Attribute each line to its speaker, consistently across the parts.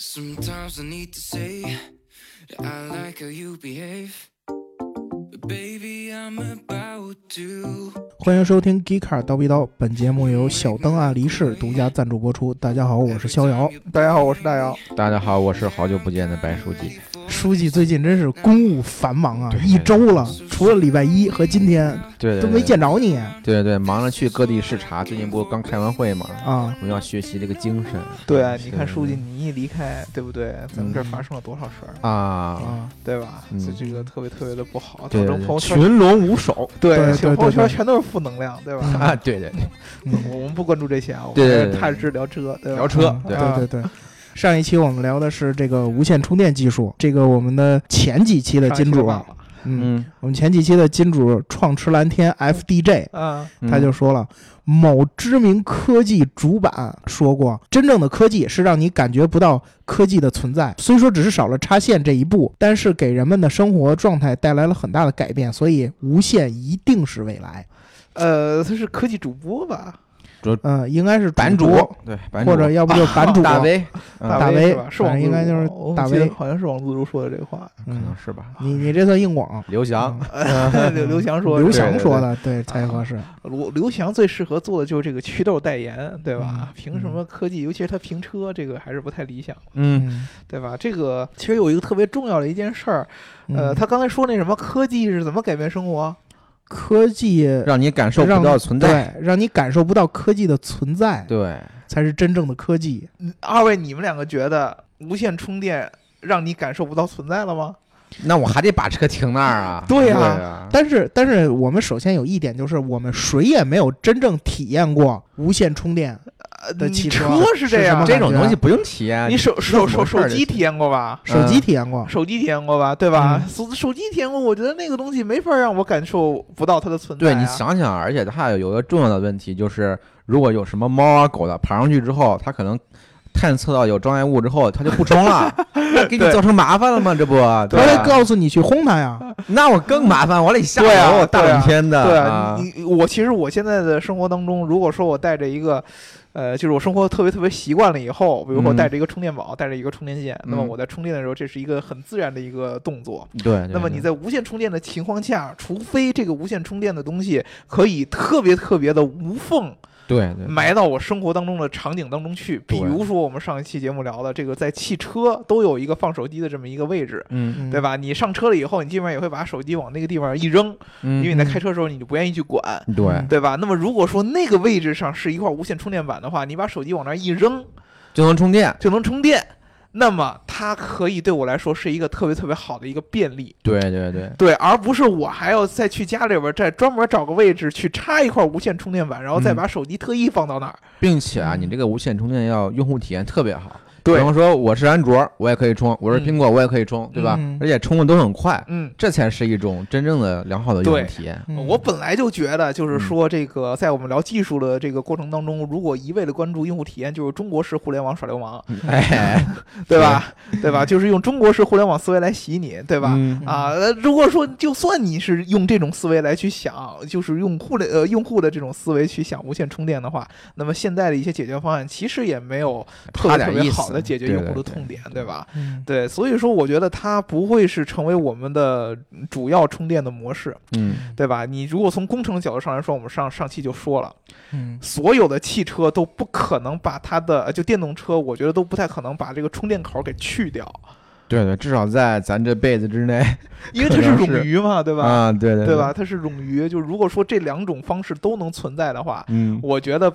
Speaker 1: Sometimes I need to say that I like how you behave. But baby, I'm about to.
Speaker 2: 欢迎收听《g e e Car 叨逼叨》，本节目由小灯啊离世独家赞助播出。大家好，我是逍遥。
Speaker 3: 大家好，我是大姚。
Speaker 4: 大家好，我是好久不见的白书记。
Speaker 2: 书记最近真是公务繁忙啊
Speaker 4: 对，
Speaker 2: 一周了，除了礼拜一和今天
Speaker 4: 对对对
Speaker 2: 都没见着你
Speaker 4: 对对对，忙着去各地视察，最近不刚开完会嘛，
Speaker 2: 啊。
Speaker 4: 我们要学习这个精神。
Speaker 3: 对啊，
Speaker 4: 是
Speaker 3: 你看书记，你一离开，对不对？咱
Speaker 2: 嗯
Speaker 3: 们这儿发生了多少事儿，
Speaker 4: 啊，
Speaker 2: 啊，
Speaker 3: 对吧？
Speaker 4: 嗯
Speaker 3: 所以这个特别特别的不好，
Speaker 4: 对对
Speaker 3: 造成朋友圈，
Speaker 4: 群龙无
Speaker 2: 嗯
Speaker 4: 首
Speaker 2: 对
Speaker 3: 群
Speaker 2: 对
Speaker 3: 朋
Speaker 2: 对
Speaker 3: 友
Speaker 2: 对
Speaker 3: 圈全都是负能量，对吧？
Speaker 4: 啊！对对，对
Speaker 2: 嗯
Speaker 3: 我们不关注这些啊，我
Speaker 4: 对对对
Speaker 3: 们
Speaker 4: 对
Speaker 3: 踏实聊车，对吧？
Speaker 4: 聊车
Speaker 2: 啊
Speaker 4: 对
Speaker 2: 对对对。上一期我们聊的是这个无线充电技术，这个我们的前几期的
Speaker 3: 上一
Speaker 2: 金
Speaker 3: 期
Speaker 2: 主
Speaker 3: 忘
Speaker 2: 啊，
Speaker 3: 了
Speaker 2: 嗯，
Speaker 4: 嗯，
Speaker 2: 我们前几期的金主创驰蓝天 FDJ，
Speaker 3: 啊，
Speaker 4: 嗯
Speaker 2: 他就说了，某知名科技主板说过，真正的科技是让你感觉不到科技的存在。虽说只是少了插线这一步，但是给人们的生活状态带来了很大的改变，所以无线一定是未来。
Speaker 3: 呃，他是科技主播吧？
Speaker 2: 嗯，应该是
Speaker 4: 版
Speaker 2: 主，
Speaker 4: 主对版主
Speaker 2: 或者要不就版主。
Speaker 4: 大 V，嗯
Speaker 2: 大 V，
Speaker 3: V 是吧？是
Speaker 2: 反正
Speaker 3: 王自
Speaker 2: 应该
Speaker 3: 如
Speaker 2: 就是
Speaker 3: 吗我
Speaker 2: 大
Speaker 3: 记得
Speaker 2: V
Speaker 3: 好像是王自如说的 这话。
Speaker 4: 可
Speaker 2: 嗯
Speaker 4: 能，是吧？
Speaker 2: 你你这算硬广。嗯
Speaker 4: 刘翔，
Speaker 3: 刘 刘翔说的，
Speaker 2: 刘
Speaker 4: 对
Speaker 2: 翔
Speaker 4: 对
Speaker 2: 说
Speaker 4: 对啊
Speaker 2: 的，对才合适。
Speaker 3: 刘刘翔最适合做的就是这个祛痘代言，对吧
Speaker 2: 嗯？
Speaker 3: 凭什么科技？尤其是他评车，这个还是不太理想。
Speaker 4: 嗯，
Speaker 2: 嗯，
Speaker 3: 对吧？这个其实有一个特别重要的一件事儿，呃，
Speaker 2: 嗯
Speaker 3: 他刚才说那什么科技是怎么改变生活？
Speaker 2: 科技
Speaker 4: 让你感受不
Speaker 2: 让
Speaker 4: 到存在。
Speaker 2: 对，让你感受不到科技的存在，
Speaker 4: 对，
Speaker 2: 才是真正的科技。
Speaker 3: 嗯二位你们两个觉得无线充电让你感受不到存在了吗？
Speaker 4: 那我还得把车停那儿啊。
Speaker 3: 对啊
Speaker 4: 呀，
Speaker 2: 但是，但是我们首先有一点就是，我们谁也没有真正体验过无线充电。
Speaker 3: 呃，
Speaker 2: 对
Speaker 3: 你
Speaker 2: 汽车
Speaker 3: 车是这
Speaker 2: 是什么
Speaker 3: 样，
Speaker 4: 这
Speaker 2: 感
Speaker 4: 种
Speaker 2: 觉啊
Speaker 4: 东西不用体验
Speaker 3: 你，手手手
Speaker 4: 那什么事
Speaker 3: 手
Speaker 4: 儿
Speaker 3: 机体验过吧？
Speaker 2: 手
Speaker 4: 嗯
Speaker 2: 机体验过，
Speaker 3: 手机体验过吧，对吧？
Speaker 2: 嗯
Speaker 3: 手手机体验过，我觉得那个东西没法让我感受不到它的存在、啊。
Speaker 4: 对你，想想，而且它还有一个重要的问题，就是如果有什么猫啊狗的爬上去之后，它可能探测到有障碍物之后，它就不冲 了，那给你
Speaker 3: 对啊
Speaker 4: 造成麻烦了吗？这不，啊
Speaker 2: 他
Speaker 4: 对
Speaker 2: 会
Speaker 4: 吧，
Speaker 2: 告诉你去轰它 呀。
Speaker 4: 那我更麻烦，我得下
Speaker 3: 对啊
Speaker 4: 楼，我大
Speaker 3: 对啊
Speaker 4: 冷天的，
Speaker 3: 对
Speaker 4: 啊，
Speaker 3: 你我其实我现在的生活当中，如果说我带着一个，呃，就是我生活特别特别习惯了以后，比如说我
Speaker 4: 嗯
Speaker 3: 带着一个充电宝，带着一个充电线，那么
Speaker 4: 嗯
Speaker 3: 我在充电的时候，这是一个很自然的一个动作。
Speaker 4: 对对
Speaker 3: 那么
Speaker 4: 对
Speaker 3: 你在无线充电的情况下，除非这个无线充电的东西可以特别特别的无缝
Speaker 4: 对对
Speaker 3: 埋到我生活当中的场景当中去，比如说我们上一期节目聊的这个，在汽车都有一个放手机的这么一个位置。
Speaker 4: 嗯
Speaker 3: 对
Speaker 2: 吧？
Speaker 3: 吧？你上车了以后，你基本上也会把手机往那个地方一扔，因
Speaker 4: 嗯，
Speaker 3: 为你在开车的时候你就不愿意去管。
Speaker 4: 对
Speaker 2: 嗯
Speaker 3: 对吧？那么如果说那个位置上是一块无线充电板的话，你把手机往那儿一扔
Speaker 4: 就能充电，
Speaker 3: 就能充电，那么它可以对我来说是一个特别特别好的一个便利，
Speaker 4: 对对对，
Speaker 3: 对，而不是我还要再去家里边再专门找个位置去插一块无线充电板，然后再
Speaker 4: 嗯
Speaker 3: 把手机特意放到那儿。
Speaker 4: 并且啊，
Speaker 2: 嗯
Speaker 4: 你这个无线充电要用户体验特别好。
Speaker 3: 对
Speaker 4: 比方说我是安卓，我也可以充；我是苹果，我也可以充，对吧
Speaker 2: 嗯？
Speaker 4: 而且充的都很快，
Speaker 3: 嗯。
Speaker 4: 这才是一种真正的良好的用
Speaker 3: 对
Speaker 4: 户体验。
Speaker 2: 嗯
Speaker 3: 我本来就觉得，就是说，这个在我们聊技术的这个过程当中，如果一味的关注用户体验，就是中国式互联网耍流氓，
Speaker 4: 哎，
Speaker 3: 对吧？对吧？就是用中国式互联网思维来洗你，对
Speaker 4: 对
Speaker 3: 吧？啊，呃如果说就算你是用这种思维来去想，就是用户的呃用户的这种思维去想无线充电的话，那么现在的一些解决方案其实也没有特别
Speaker 4: 差点
Speaker 3: 特别
Speaker 4: 意思
Speaker 3: 好的解决
Speaker 4: 对
Speaker 3: 用户的
Speaker 4: 对
Speaker 3: 痛点，对吧？
Speaker 2: 嗯
Speaker 3: 对，所以说我觉得它不会是成为我们的主要充电的模式，
Speaker 4: 嗯，
Speaker 3: 对吧？你如果从工程的角度上来说，我们上上期就说了，
Speaker 2: 嗯
Speaker 3: 所有的汽车都不可能把它的呃就电动车，我觉得都不太可能把这个充电口给去掉，
Speaker 4: 对对，至少在咱这辈子之内
Speaker 3: 因为它
Speaker 4: 可
Speaker 3: 是
Speaker 4: 能
Speaker 3: 冗
Speaker 4: 是
Speaker 3: 余嘛，对吧？
Speaker 4: 啊，对对
Speaker 3: 对吧？？它是冗余。就如果说这两种方式都能存在的话，
Speaker 4: 嗯，
Speaker 3: 我觉得，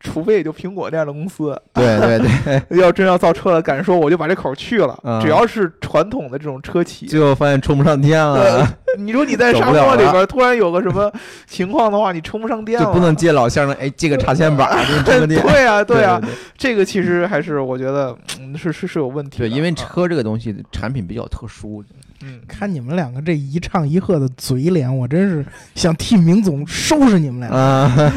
Speaker 3: 除非也就苹果这样的公司，
Speaker 4: 对对对，
Speaker 3: 要真要造车了，敢说我就把这口儿去了。
Speaker 4: 哎嗯
Speaker 3: 只要是传统的这种车企，
Speaker 4: 最后发现冲不上天
Speaker 3: 呃
Speaker 4: 了，，
Speaker 3: 你说你在
Speaker 4: 嗯 走
Speaker 3: 沙
Speaker 4: 不了
Speaker 3: 漠里
Speaker 4: 了
Speaker 3: 边儿突然有个什么情况的话，你充不上电
Speaker 4: 就
Speaker 3: 了，
Speaker 4: 不能。借老乡的，哎，借个插线板 儿给你充个电。
Speaker 3: 对啊，对啊，
Speaker 4: 对
Speaker 3: 这个其实还是我觉得嗯是是是有问题的。
Speaker 4: 对，因为
Speaker 3: 啊
Speaker 4: 车这个东西产品比较特殊，
Speaker 3: 嗯，
Speaker 2: 看你们两个这一唱一和的嘴脸，我真是想替明总收拾你
Speaker 3: 嗯
Speaker 2: 们俩。
Speaker 4: 啊，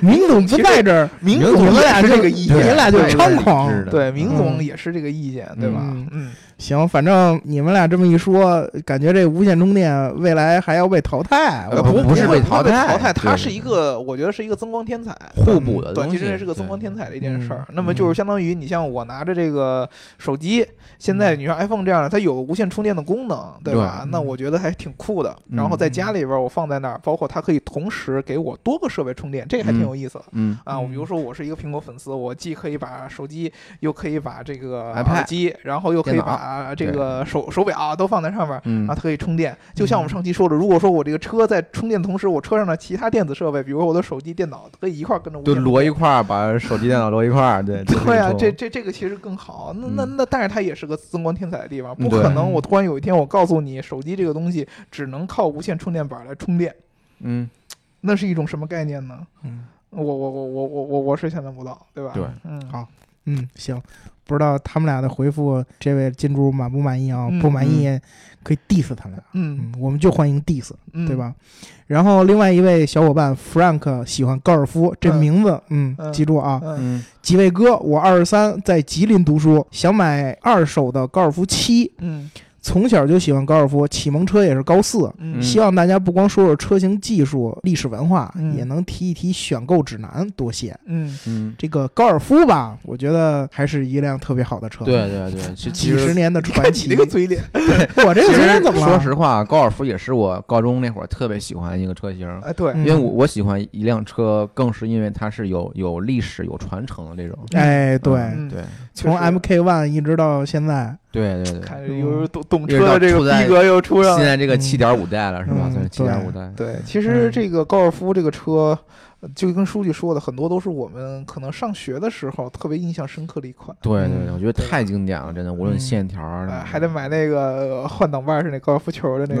Speaker 2: 明总不在这儿，
Speaker 3: 明
Speaker 4: 明总
Speaker 2: 你
Speaker 3: 总
Speaker 2: 们俩就
Speaker 3: 也
Speaker 2: 是
Speaker 3: 这个意见，
Speaker 2: 你们俩就
Speaker 3: 对
Speaker 2: 猖狂
Speaker 4: 是的
Speaker 3: 对，明
Speaker 4: 嗯
Speaker 3: 总也是这个意见，对吧
Speaker 2: 嗯？
Speaker 3: 嗯，
Speaker 2: 行，反正你们俩这么一说，感觉这无线充电未来还要被淘汰。
Speaker 4: 呃
Speaker 2: 我
Speaker 4: 不
Speaker 2: 觉得
Speaker 4: 是
Speaker 3: 会
Speaker 4: 被淘
Speaker 3: 不会
Speaker 4: 汰
Speaker 3: 淘汰，它
Speaker 4: 对
Speaker 3: 是一个，我觉得是一个增光添彩。
Speaker 4: 互补的
Speaker 3: 嗯短
Speaker 4: 东
Speaker 3: 期
Speaker 4: 西
Speaker 3: 之内是个增光添彩的一件事儿。
Speaker 2: 嗯
Speaker 3: 那么就是相当于你像我拿着这个手机，现
Speaker 4: 嗯
Speaker 3: 在你像 iPhone 这样的，它有无线充电的功能，对吧？
Speaker 2: 对
Speaker 3: 那我觉得还挺酷的。
Speaker 4: 嗯
Speaker 3: 然后在家里边我放在那儿，包括它可以同时给我多个设备充电，这个还挺有意思的。
Speaker 4: 嗯，
Speaker 3: 啊，我比如
Speaker 2: 嗯
Speaker 3: 说我是一个苹果粉丝，我既可以把手机，又可以把这个
Speaker 4: iPad
Speaker 3: 耳机，然后又可以
Speaker 4: 电脑
Speaker 3: 把这
Speaker 4: 对
Speaker 3: 个手手表都放在上面，
Speaker 4: 嗯
Speaker 3: 啊，它可以充电。就像我们上期说的，如果说我这个车在充电的同时，我车上的其他电子设备，比如我的手机、电脑，可以一块儿跟着无
Speaker 4: 就
Speaker 3: 线充
Speaker 4: 摞
Speaker 3: 电
Speaker 4: 一块儿，把手机、电脑摞一块儿，对，
Speaker 3: 对啊，这
Speaker 4: 种
Speaker 3: 这这个其实更好。那那
Speaker 4: 嗯
Speaker 3: 那，但是它也是个增光添彩的地方，
Speaker 4: 嗯
Speaker 3: 不可
Speaker 4: 对
Speaker 3: 能我突然有一天我告诉你，手机这个东西只能靠无线充电板来充电，
Speaker 4: 嗯，
Speaker 3: 那是一种什么概念呢？
Speaker 2: 嗯
Speaker 3: 我我我我我我我是想象不到，对吧？
Speaker 4: 对，
Speaker 3: 嗯，
Speaker 2: 好嗯，行，不知道他们俩的回复，这位金主满不满意啊？
Speaker 3: 嗯
Speaker 2: 不满意可以 diss 他俩，
Speaker 3: 嗯
Speaker 2: 嗯，我们就欢迎 diss，
Speaker 3: 嗯，
Speaker 2: 对？吧？然后另外一位小伙伴 Frank 喜欢高尔夫，这
Speaker 3: 嗯
Speaker 2: 名字，嗯，
Speaker 3: 嗯
Speaker 2: 记住啊，
Speaker 3: 嗯
Speaker 4: 嗯
Speaker 2: 几位哥，我二十三，在吉林读书，想买二手的高尔夫七，
Speaker 3: 嗯
Speaker 2: 从小就喜欢高尔夫，启蒙车也是高四。
Speaker 3: 嗯
Speaker 2: 希望大家不光说说车型技术、历史文化，
Speaker 3: 嗯
Speaker 2: 也能提一提选购指南。多谢
Speaker 3: 嗯
Speaker 4: 嗯，
Speaker 2: 这个高尔夫吧，我觉得还是一辆特别好的车。
Speaker 3: 啊
Speaker 4: 对，对对，
Speaker 3: 嗯
Speaker 4: 其其
Speaker 2: 几十
Speaker 4: 实
Speaker 2: 年的传奇
Speaker 3: 你那。个嘴脸，
Speaker 2: 我这
Speaker 4: 其
Speaker 2: 个
Speaker 4: 实
Speaker 2: 人怎么
Speaker 4: 说
Speaker 2: 了？
Speaker 4: 实话，高尔夫也是我高中那会儿特别喜欢的一个车型，
Speaker 3: 哎，对，
Speaker 2: 嗯
Speaker 4: 因为我我喜欢一辆车，更是因为它是有有历史、有传承的这种。
Speaker 2: 哎，对，
Speaker 3: 嗯
Speaker 4: 对
Speaker 2: 从 MK One 一直到现在，
Speaker 4: 对对
Speaker 3: 看
Speaker 4: 对，
Speaker 3: 有懂
Speaker 4: 又
Speaker 3: 懂车
Speaker 4: 嗯到
Speaker 3: 的这个
Speaker 4: 处在
Speaker 3: 逼格又出上
Speaker 4: 现
Speaker 3: 来
Speaker 4: 在
Speaker 3: 了。
Speaker 4: 这个七点五代了是吧？
Speaker 2: 嗯
Speaker 4: 算是七点五代。
Speaker 3: 对，其实
Speaker 2: 嗯
Speaker 3: 这个高尔夫这个车，呃就跟书记说的，很多都是我们可能上学的时候特别印象深刻的一款。
Speaker 4: 对对
Speaker 2: 嗯啊
Speaker 4: 对，我觉得太经典了，真的，无论线条儿啊
Speaker 3: 呃，
Speaker 4: 的，
Speaker 3: 还得买那个呃换挡把儿是那高尔夫球的那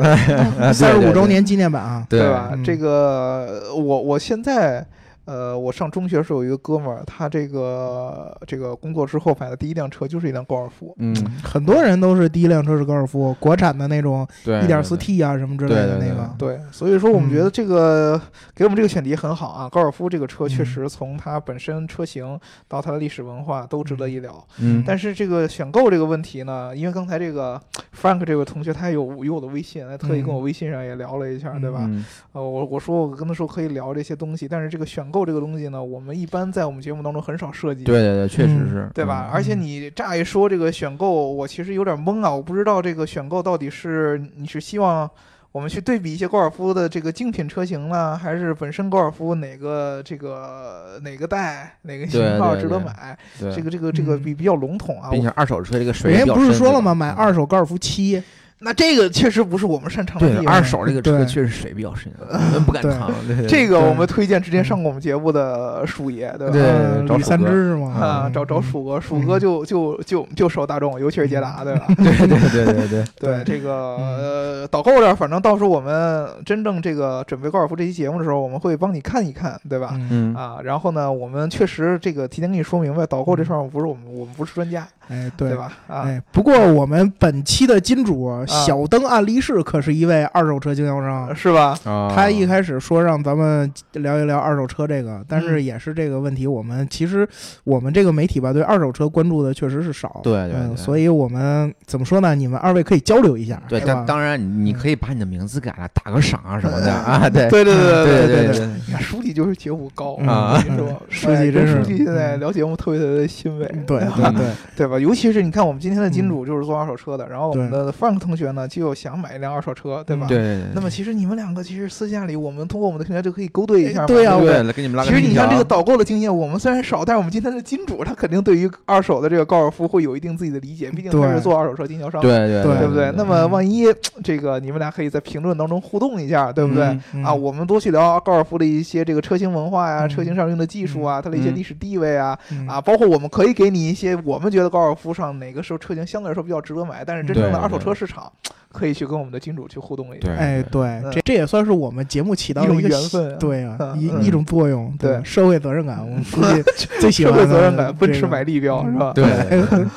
Speaker 3: 个，
Speaker 2: 三十五周年纪念版啊。
Speaker 4: 对
Speaker 3: 吧？
Speaker 2: 嗯
Speaker 3: 这个呃我我现在，呃，我上中学的时候有一个哥们儿，他这个这个工作之后买的第一辆车就是一辆高尔夫，
Speaker 4: 嗯，
Speaker 2: 很多人都是第一辆车是高尔夫，国产的那种
Speaker 4: 对，
Speaker 2: 一点四
Speaker 4: 对
Speaker 2: T 啊什么之类的
Speaker 4: 对对
Speaker 2: 那
Speaker 4: 对
Speaker 2: 个。
Speaker 3: 对，所以说我们觉得
Speaker 2: 嗯
Speaker 3: 这个、给我们这个选题很好啊。高尔夫这个车确
Speaker 2: 嗯
Speaker 3: 实从它本身车型到它的历史文化都值得一聊，
Speaker 4: 嗯，
Speaker 3: 但是这个选购这个问题呢，因为刚才这个 Frank 这位同学他有有我的微信，他特意跟我微信上也聊了一下，
Speaker 2: 嗯
Speaker 3: 对吧？
Speaker 4: 嗯
Speaker 3: 呃，我我说我跟他说可以聊这些东西，但是这个选购这个东西呢，我们一般在我们节目当中很少涉及。
Speaker 4: 对对对，确实
Speaker 2: 嗯
Speaker 4: 是，
Speaker 3: 对吧？而且你乍一说这个选购，我其实有点懵啊，我不知道这个选购到底是你是希望我们去对比一些高尔夫的这个竞品车型呢，还是本身高尔夫哪个这个哪个代哪个型
Speaker 4: 对
Speaker 3: 号
Speaker 4: 对
Speaker 3: 值得
Speaker 4: 对
Speaker 3: 买？
Speaker 4: 对
Speaker 3: 这个这个这个
Speaker 2: 嗯
Speaker 3: 比比较笼统啊。
Speaker 4: 并且
Speaker 3: 我
Speaker 4: 二手车这个水
Speaker 2: 人
Speaker 4: 比
Speaker 2: 家
Speaker 4: 较
Speaker 2: 不是
Speaker 4: 深
Speaker 2: 说
Speaker 4: 对
Speaker 2: 了吗？
Speaker 4: 吧
Speaker 2: 买二手高尔夫七，
Speaker 3: 那这个确实不是我们擅长的
Speaker 4: 对
Speaker 3: 地方。
Speaker 4: 二手这个
Speaker 2: 对
Speaker 4: 车确实水比较 深，我们不敢
Speaker 2: 对
Speaker 4: 趟。对对
Speaker 3: 这
Speaker 4: 对
Speaker 3: 个
Speaker 2: 对
Speaker 3: 我们推荐之前上过我们节目的鼠爷，对吧？
Speaker 4: 对
Speaker 2: 呃
Speaker 4: 找
Speaker 2: 铝
Speaker 4: 鼠
Speaker 2: 三
Speaker 4: 哥
Speaker 2: 只是吗？
Speaker 3: 啊，找找鼠哥，鼠哥
Speaker 2: 嗯
Speaker 3: 就就就就手大众，尤其是捷达，对吧？
Speaker 4: 对对对对对，
Speaker 3: 对
Speaker 2: 对
Speaker 3: 这个
Speaker 2: 嗯
Speaker 3: 呃导购这儿，反正到时候我们真正这个准备高尔夫这期节目的时候，我们会帮你看一看，对吧？
Speaker 2: 嗯，
Speaker 4: 嗯，
Speaker 3: 啊，然后呢，我们确实这个提前跟你说明白，导购这事儿不是我们，我们不是专家，
Speaker 2: 哎，
Speaker 3: 对
Speaker 2: 对？
Speaker 3: 吧？啊，
Speaker 2: 哎，不过我们本期的金主啊小灯暗力士可是一位二手车经销商，
Speaker 3: 是吧？
Speaker 4: 啊
Speaker 2: 他一开始说让咱们聊一聊二手车这个，但是也是这个问题，我们其实我们这个媒体吧，对二手车关注的确实是少，
Speaker 4: 对对
Speaker 2: 嗯
Speaker 4: 对
Speaker 2: 所以我们怎么说呢？你们二位可以交流一下，
Speaker 4: 对，
Speaker 2: 是吧
Speaker 4: 但？当然你你可以把你的名字改了，打个赏啊什么的啊，对
Speaker 2: 哎
Speaker 3: 对对对
Speaker 4: 对
Speaker 3: 对
Speaker 4: 对
Speaker 3: 对，你看书记就是觉悟高
Speaker 2: 嗯
Speaker 3: 我跟你说
Speaker 2: 嗯书
Speaker 3: 哎
Speaker 2: 记
Speaker 3: 跟
Speaker 2: 真是
Speaker 3: 书记现在
Speaker 2: 嗯
Speaker 3: 聊节目特别特别的欣慰，
Speaker 2: 对对对，
Speaker 3: 对吧？尤其是你看我们今天的金
Speaker 2: 嗯
Speaker 3: 主就是做二手车的，然后我们的 Frank 同学呢就有想买一辆二手车，对吧？
Speaker 2: 嗯
Speaker 4: 对对
Speaker 3: 那么其实你们两个其实私下里，我们通过我们的平台就可以勾兑一下嘛。
Speaker 2: 对啊
Speaker 3: 不
Speaker 2: 我
Speaker 4: 对，来给你们拉
Speaker 3: 其
Speaker 4: 个
Speaker 3: 实你
Speaker 4: 黑
Speaker 3: 像这个
Speaker 4: 条
Speaker 3: 导购的经验，我们虽然少，但是我们今天的金主他肯定对于二手的这个高尔夫会有一定自己的理解，毕竟他
Speaker 2: 对
Speaker 3: 是做二手车经销商，
Speaker 4: 对
Speaker 2: 对
Speaker 4: 对
Speaker 3: 对不
Speaker 4: 不
Speaker 3: 对？那么万一这个你们俩可以在评论当中互动一下，对不对？
Speaker 2: 嗯嗯
Speaker 3: 啊，我们多去聊高尔夫的一些这个车型文化呀、
Speaker 2: 嗯
Speaker 3: 车型上用的技术啊、它的一些
Speaker 4: 嗯
Speaker 3: 历史地位啊，
Speaker 2: 嗯
Speaker 3: 啊，包括我们可以给你一些我们觉得高尔夫上哪个时候车型相对来说比较值得买，但是真正的
Speaker 4: 对
Speaker 3: 二手
Speaker 4: 对
Speaker 3: 车市场，可以去跟我们的金主去互动一下。
Speaker 4: 对
Speaker 2: 哎，对，
Speaker 3: 嗯
Speaker 2: 这这也算是我们节目起到的
Speaker 3: 一种
Speaker 2: 个
Speaker 3: 缘
Speaker 2: 喜
Speaker 3: 分啊
Speaker 2: 对啊，
Speaker 3: 嗯
Speaker 2: 一
Speaker 3: 嗯
Speaker 2: 一种作用，
Speaker 3: 对
Speaker 2: 吧社会责任感，我们估计最喜
Speaker 3: 社
Speaker 2: 欢
Speaker 3: 会
Speaker 2: 的
Speaker 3: 责任感，奔
Speaker 2: 这
Speaker 3: 驰
Speaker 2: 个
Speaker 3: 买立标是吧？
Speaker 4: 对，啊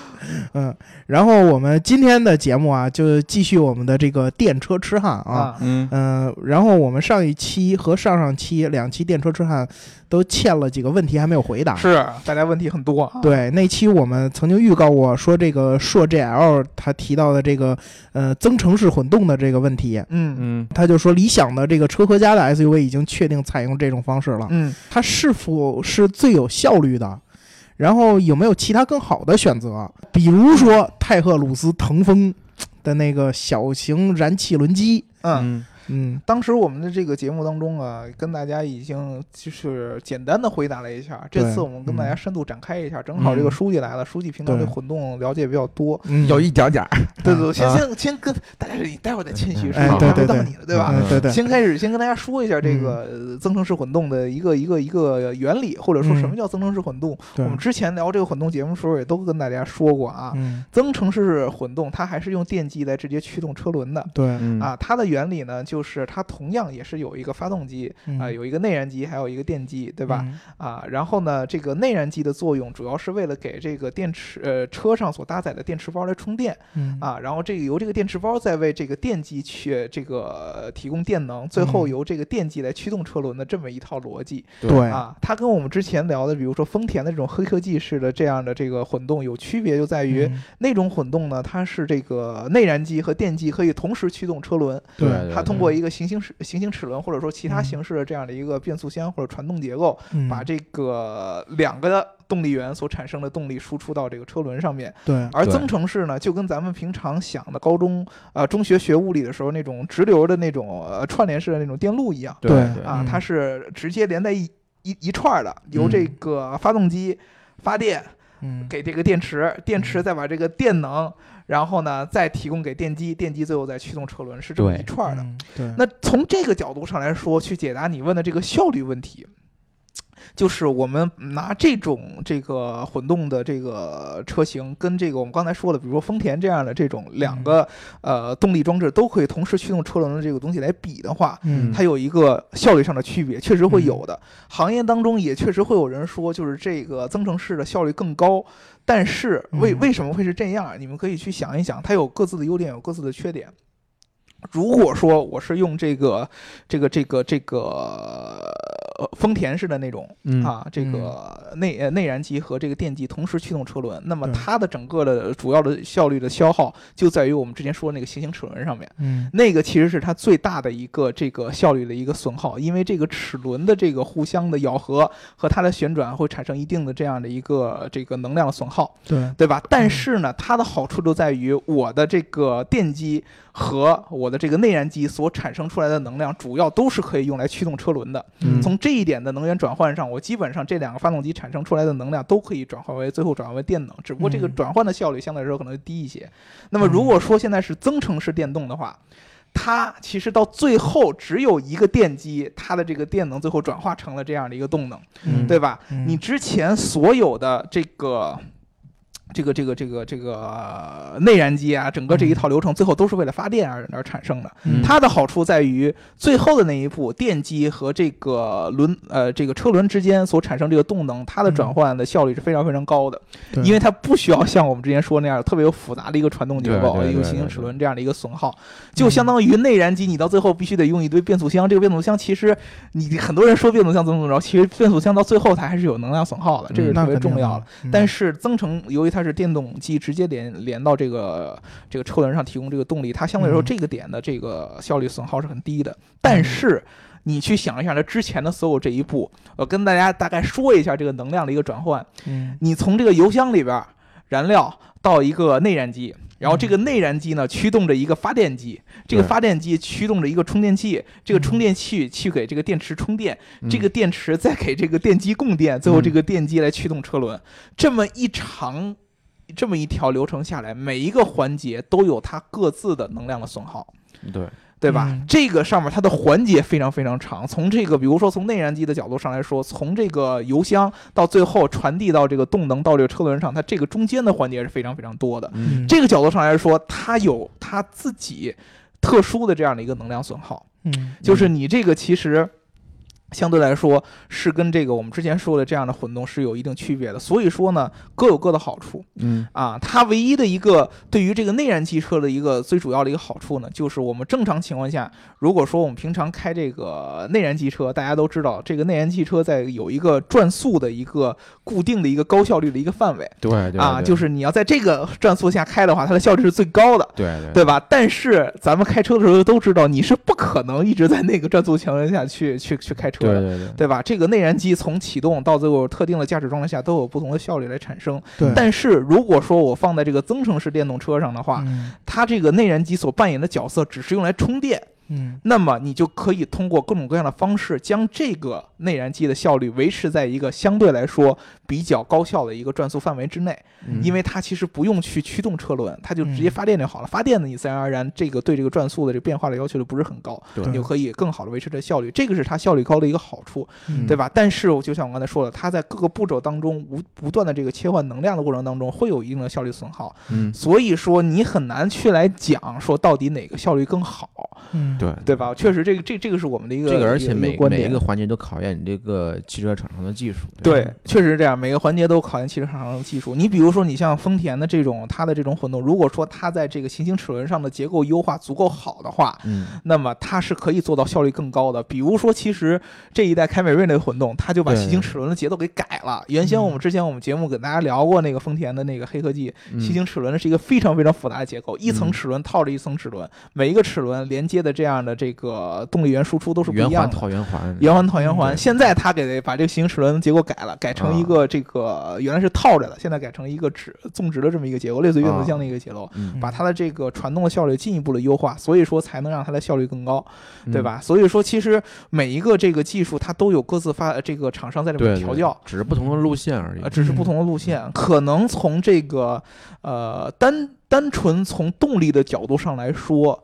Speaker 2: 嗯，然后我们今天的节目啊，就继续我们的这个电车痴汉啊。
Speaker 3: 啊，
Speaker 4: 嗯，
Speaker 2: 嗯、然后我们上一期和上上期两期电车痴汉都欠了几个问题还没有回答。
Speaker 3: 是大家问题很多啊。
Speaker 2: 啊对，那期我们曾经预告过，说这个硕 GL 他提到的这个呃增程式混动的这个问题，
Speaker 3: 嗯
Speaker 4: 嗯
Speaker 2: 他就说理想的这个车和家的 SUV 已经确定采用这种方式了，
Speaker 3: 嗯
Speaker 2: 它是否是最有效率的？然后有没有其他更好的选择？比如说泰赫鲁斯腾风的那个小型燃气轮机，
Speaker 3: 嗯。
Speaker 4: 嗯
Speaker 2: 嗯
Speaker 3: 当时我们的这个节目当中啊，跟大家已经就是简单的回答了一下。
Speaker 2: 对
Speaker 3: 这次我们跟大家
Speaker 2: 嗯
Speaker 3: 深度展开一下，正好这个书记来了，书记平常对
Speaker 2: 对
Speaker 3: 混动了解比较多。
Speaker 2: 嗯，
Speaker 4: 有一点点儿，
Speaker 3: 对对，对先
Speaker 4: 啊
Speaker 3: 先先跟大家你待会儿再谦虚，是
Speaker 2: 哎
Speaker 3: 吧？
Speaker 2: 对
Speaker 3: 还
Speaker 2: 对
Speaker 3: 没到
Speaker 2: 对
Speaker 3: 你了，对吧？
Speaker 2: 嗯对对，
Speaker 3: 先开始，先跟大家说一下这个呃增程式混动的一个一个一个原理，或者说
Speaker 2: 嗯
Speaker 3: 什么叫增程式混动。我
Speaker 2: 对
Speaker 3: 们之前聊这个混动节目的时候，也都跟大家说过啊，
Speaker 2: 嗯
Speaker 3: 增程式混动它还是用电机来直接驱动车轮的。
Speaker 2: 对
Speaker 4: 嗯
Speaker 3: 啊，它的原理呢，就是它同样也是有一个发动机
Speaker 2: 嗯
Speaker 3: 啊、有一个内燃机，还有一个电机，对吧？
Speaker 2: 嗯
Speaker 3: 啊，然后呢，这个内燃机的作用主要是为了给这个电池呃车上所搭载的电池包来充电，
Speaker 2: 嗯
Speaker 3: 啊，然后这个由这个电池包再为这个电机去这个呃提供电能，最后
Speaker 2: 嗯
Speaker 3: 由这个电机来驱动车轮的这么一套逻辑、
Speaker 2: 对
Speaker 3: 啊，它跟我们之前聊的，比如说丰田的这种黑科技式的这样的这个混动有区别，就在于
Speaker 2: 嗯
Speaker 3: 那种混动呢，它是这个内燃机和电机可以同时驱动车轮，
Speaker 4: 对
Speaker 2: 对，
Speaker 4: 对
Speaker 3: 它通
Speaker 4: 对
Speaker 3: 过一个行星齿行星齿轮或者说其他
Speaker 2: 嗯
Speaker 3: 形式的这样的一个变速箱或者传动结构，
Speaker 2: 嗯
Speaker 3: 把这个两个动力源所产生的动力输出到这个车轮上面。
Speaker 2: 对
Speaker 3: 而
Speaker 4: 对
Speaker 3: 增程式呢，就跟咱们平常想的高中呃中学学物理的时候那种直流的那种呃串联式的那种电路一样
Speaker 4: 对
Speaker 2: 对
Speaker 4: 对
Speaker 3: 啊
Speaker 2: 嗯，
Speaker 3: 它是直接连在一一一串儿的，由
Speaker 4: 嗯
Speaker 3: 这个发动机发电
Speaker 2: 嗯
Speaker 3: 给这个电池，电池再把这个电能，然后呢再提供给电机，电机最后再驱动车轮，是这么
Speaker 4: 对
Speaker 3: 一串儿的。
Speaker 2: 嗯对
Speaker 3: 那从这个角度上来说，去解答你问的这个效率问题，就是我们拿这种这个混动的这个车型，跟这个我们刚才说的，比如说丰田这样的这种两个、呃动力装置都可以同时驱动车轮的这个东西来比的话。
Speaker 2: 嗯
Speaker 4: 嗯
Speaker 3: 它有一个效率上的区别，确实会有的。行业当中也确实会有人说，就是这个增程式的效率更高。但是为
Speaker 2: 嗯
Speaker 3: 为什么会是这样？你们可以去想一想，它有各自的优点，有各自的缺点。如果说我是用这个这个这个这个呃丰田式的那种
Speaker 4: 嗯
Speaker 3: 啊，这个内呃内燃机和这个电机同时驱动车轮，那么
Speaker 4: 嗯
Speaker 2: 对
Speaker 3: 它的整个的呃主要的效率的消耗就在于我们之前说的那个行星齿轮上面。
Speaker 2: 嗯
Speaker 3: 那个其实是它最大的一个这个效率的一个损耗，因为这个齿轮的这个互相的咬合和它的旋转会产生一定的这样的一个这个能量的损耗，
Speaker 2: 对
Speaker 3: 对吧？但是呢，它的好处就在于我的这个电机和我的这个内燃机所产生出来的能量，主要都是可以用来驱动车轮的。
Speaker 4: 嗯
Speaker 3: 从这一点的能源转换上，我基本上这两个发动机产生出来的能量都可以转换为最后转换为电能，只不过这个
Speaker 2: 嗯
Speaker 3: 转换的效率相对来说可能会低一些。那么如果说现在是增程式电动的话，它其实到最后只有一个电机，它的这个电能最后转化成了这样的一个动能，
Speaker 2: 嗯
Speaker 3: 对吧？
Speaker 2: 嗯
Speaker 3: 你之前所有的这个。这个这个这个这个、呃内燃机啊，整个这一套流程最后都是为了发电而而产生的。
Speaker 2: 嗯
Speaker 3: 它的好处在于最后的那一步，电机和这个轮呃这个车轮之间所产生这个动能，它的转换的效率是非常非常高的，
Speaker 2: 对
Speaker 3: 因为它不需要像我们之前说那样特别有复杂的一个传动结构
Speaker 4: 对对，对
Speaker 3: 一个
Speaker 4: 对
Speaker 3: 行星
Speaker 4: 对
Speaker 3: 齿轮这样的一个损耗，就相当
Speaker 2: 嗯
Speaker 3: 于内燃机，你到最后必须得用一堆变速箱，这个变速箱其实你很多人说变速箱怎么怎么着，其实变速箱到最后它还是有能量损耗的，这个
Speaker 4: 嗯
Speaker 3: 是
Speaker 2: 那
Speaker 3: 特别
Speaker 2: 肯定
Speaker 3: 重要的。
Speaker 2: 的，嗯
Speaker 3: 但是增程由于它是电动机直接连连到这个这个车轮上提供这个动力，它相对来说
Speaker 2: 嗯
Speaker 3: 这个点的这个效率损耗是很低的。但是嗯你去想一下它之前的所有这一步，我跟大家大概说一下这个能量的一个转换。
Speaker 2: 嗯
Speaker 3: 你从这个油箱里边儿燃料到一个内燃机。然后这个内燃机呢，驱动着一个发电机，这个
Speaker 4: 对
Speaker 3: 发电机驱动着一个充电器，这个充
Speaker 2: 嗯
Speaker 3: 电器去给这个电池充电，
Speaker 4: 嗯
Speaker 3: 这个电池再给这个电机供电，最后这个电机来驱动车轮，这么一长。这么一条流程下来，每一个环节都有它各自的能量的损耗，
Speaker 4: 对
Speaker 3: 对吧？
Speaker 2: 嗯
Speaker 3: 这个上面它的环节非常非常长。从这个，比如说从内燃机的角度上来说，从这个油箱到最后传递到这个动能到这个车轮上，它这个中间的环节是非常非常多的。
Speaker 2: 嗯
Speaker 3: 这个角度上来说，它有它自己特殊的这样的一个能量损耗。
Speaker 2: 嗯
Speaker 3: 就是你这个其实。相对来说是跟这个我们之前说的这样的混动是有一定区别的。所以说呢，各有各的好处
Speaker 4: 嗯
Speaker 3: 啊。它唯一的一个对于这个内燃机车的一个最主要的一个好处呢，就是我们正常情况下，如果说我们平常开这个内燃机车，大家都知道这个内燃机车在有一个转速的一个固定的一个高效率的一个范围
Speaker 4: 对对
Speaker 3: 啊，
Speaker 4: 对
Speaker 3: 就是你要在这个转速下开的话，它的效率是最高的。
Speaker 4: 对对
Speaker 3: 对吧？但是咱们开车的时候都知道，你是不可能一直在那个转速情况下去去去开车
Speaker 4: 对
Speaker 3: 的，
Speaker 4: 对嗯对，
Speaker 3: 对吧？这个内燃机从启动到最后特定的驾驶状态下都有不同的效率来产生。
Speaker 2: 对，
Speaker 3: 但是如果说我放在这个增程式电动车上的话，
Speaker 2: 嗯
Speaker 3: 它这个内燃机所扮演的角色只是用来充电，
Speaker 2: 嗯
Speaker 3: 那么你就可以通过各种各样的方式将这个内燃机的效率维持在一个相对来说比较高效的一个转速范围之内。
Speaker 4: 嗯
Speaker 3: 因为它其实不用去驱动车轮，它就直接
Speaker 2: 嗯
Speaker 3: 发电就好了。发电呢，你自然而然这个对这个转速的这个变化的要求就不是很高，
Speaker 4: 对
Speaker 3: 你就可以更好的维持这效率，这个是它效率高的一个好处，
Speaker 2: 嗯
Speaker 3: 对吧？但是我就像我刚才说了，它在各个步骤当中无不断的这个切换能量的过程当中，会有一定的效率损耗，
Speaker 4: 嗯
Speaker 3: 所以说你很难去来讲说到底哪个效率更好，
Speaker 2: 嗯
Speaker 4: 对
Speaker 3: 对吧？确实，这个这这个是我们的一个
Speaker 4: 这个，而
Speaker 3: 一
Speaker 4: 且每
Speaker 3: 一观
Speaker 4: 每一
Speaker 3: 点
Speaker 4: 个。环节都考验你这个汽车厂商的技术。
Speaker 3: 对
Speaker 4: 吧，
Speaker 3: 确实是这样，每个环节都考验汽车厂商的技术。你比如说，你像丰田的这种它的这种混动，如果说它在这个行星齿轮上的结构优化足够好的话，
Speaker 4: 嗯，
Speaker 3: 那么它是可以做到效率更高的。比如说，其实这一代凯美瑞那个混动，它就把
Speaker 4: 对
Speaker 3: 行星齿轮的结构给改了。原先我们之前我们节目给大家聊过那个丰田的那个黑科技，
Speaker 4: 嗯
Speaker 3: 行星齿轮是一个非常非常复杂的结构，一层
Speaker 4: 嗯
Speaker 3: 齿轮套着一层齿轮，每一个齿轮连接的这样的这个动力源输出都是不一
Speaker 4: 圆
Speaker 3: 样的。
Speaker 4: 环套圆环，
Speaker 3: 圆环套圆
Speaker 4: 嗯
Speaker 3: 环，
Speaker 4: 对啊
Speaker 3: 现在他给把这个行星齿轮结构改了，改成一个这个原来是套着的，现在改成一个直纵直的这么一个结构，类似于变速箱的一个结构，
Speaker 4: 嗯，
Speaker 3: 把它的这个传动的效率进一步的优化，所以说才能让它的效率更高，
Speaker 4: 嗯
Speaker 3: 对？吧？所以说其实每一个这个技术它都有各自发呃这个厂商在里
Speaker 4: 对，
Speaker 3: 面
Speaker 4: 对
Speaker 3: 调教。，
Speaker 4: 只是不同的路线而已
Speaker 3: 呃，。只是不同的路线，可能从这个呃单单纯从动力的角度上来说，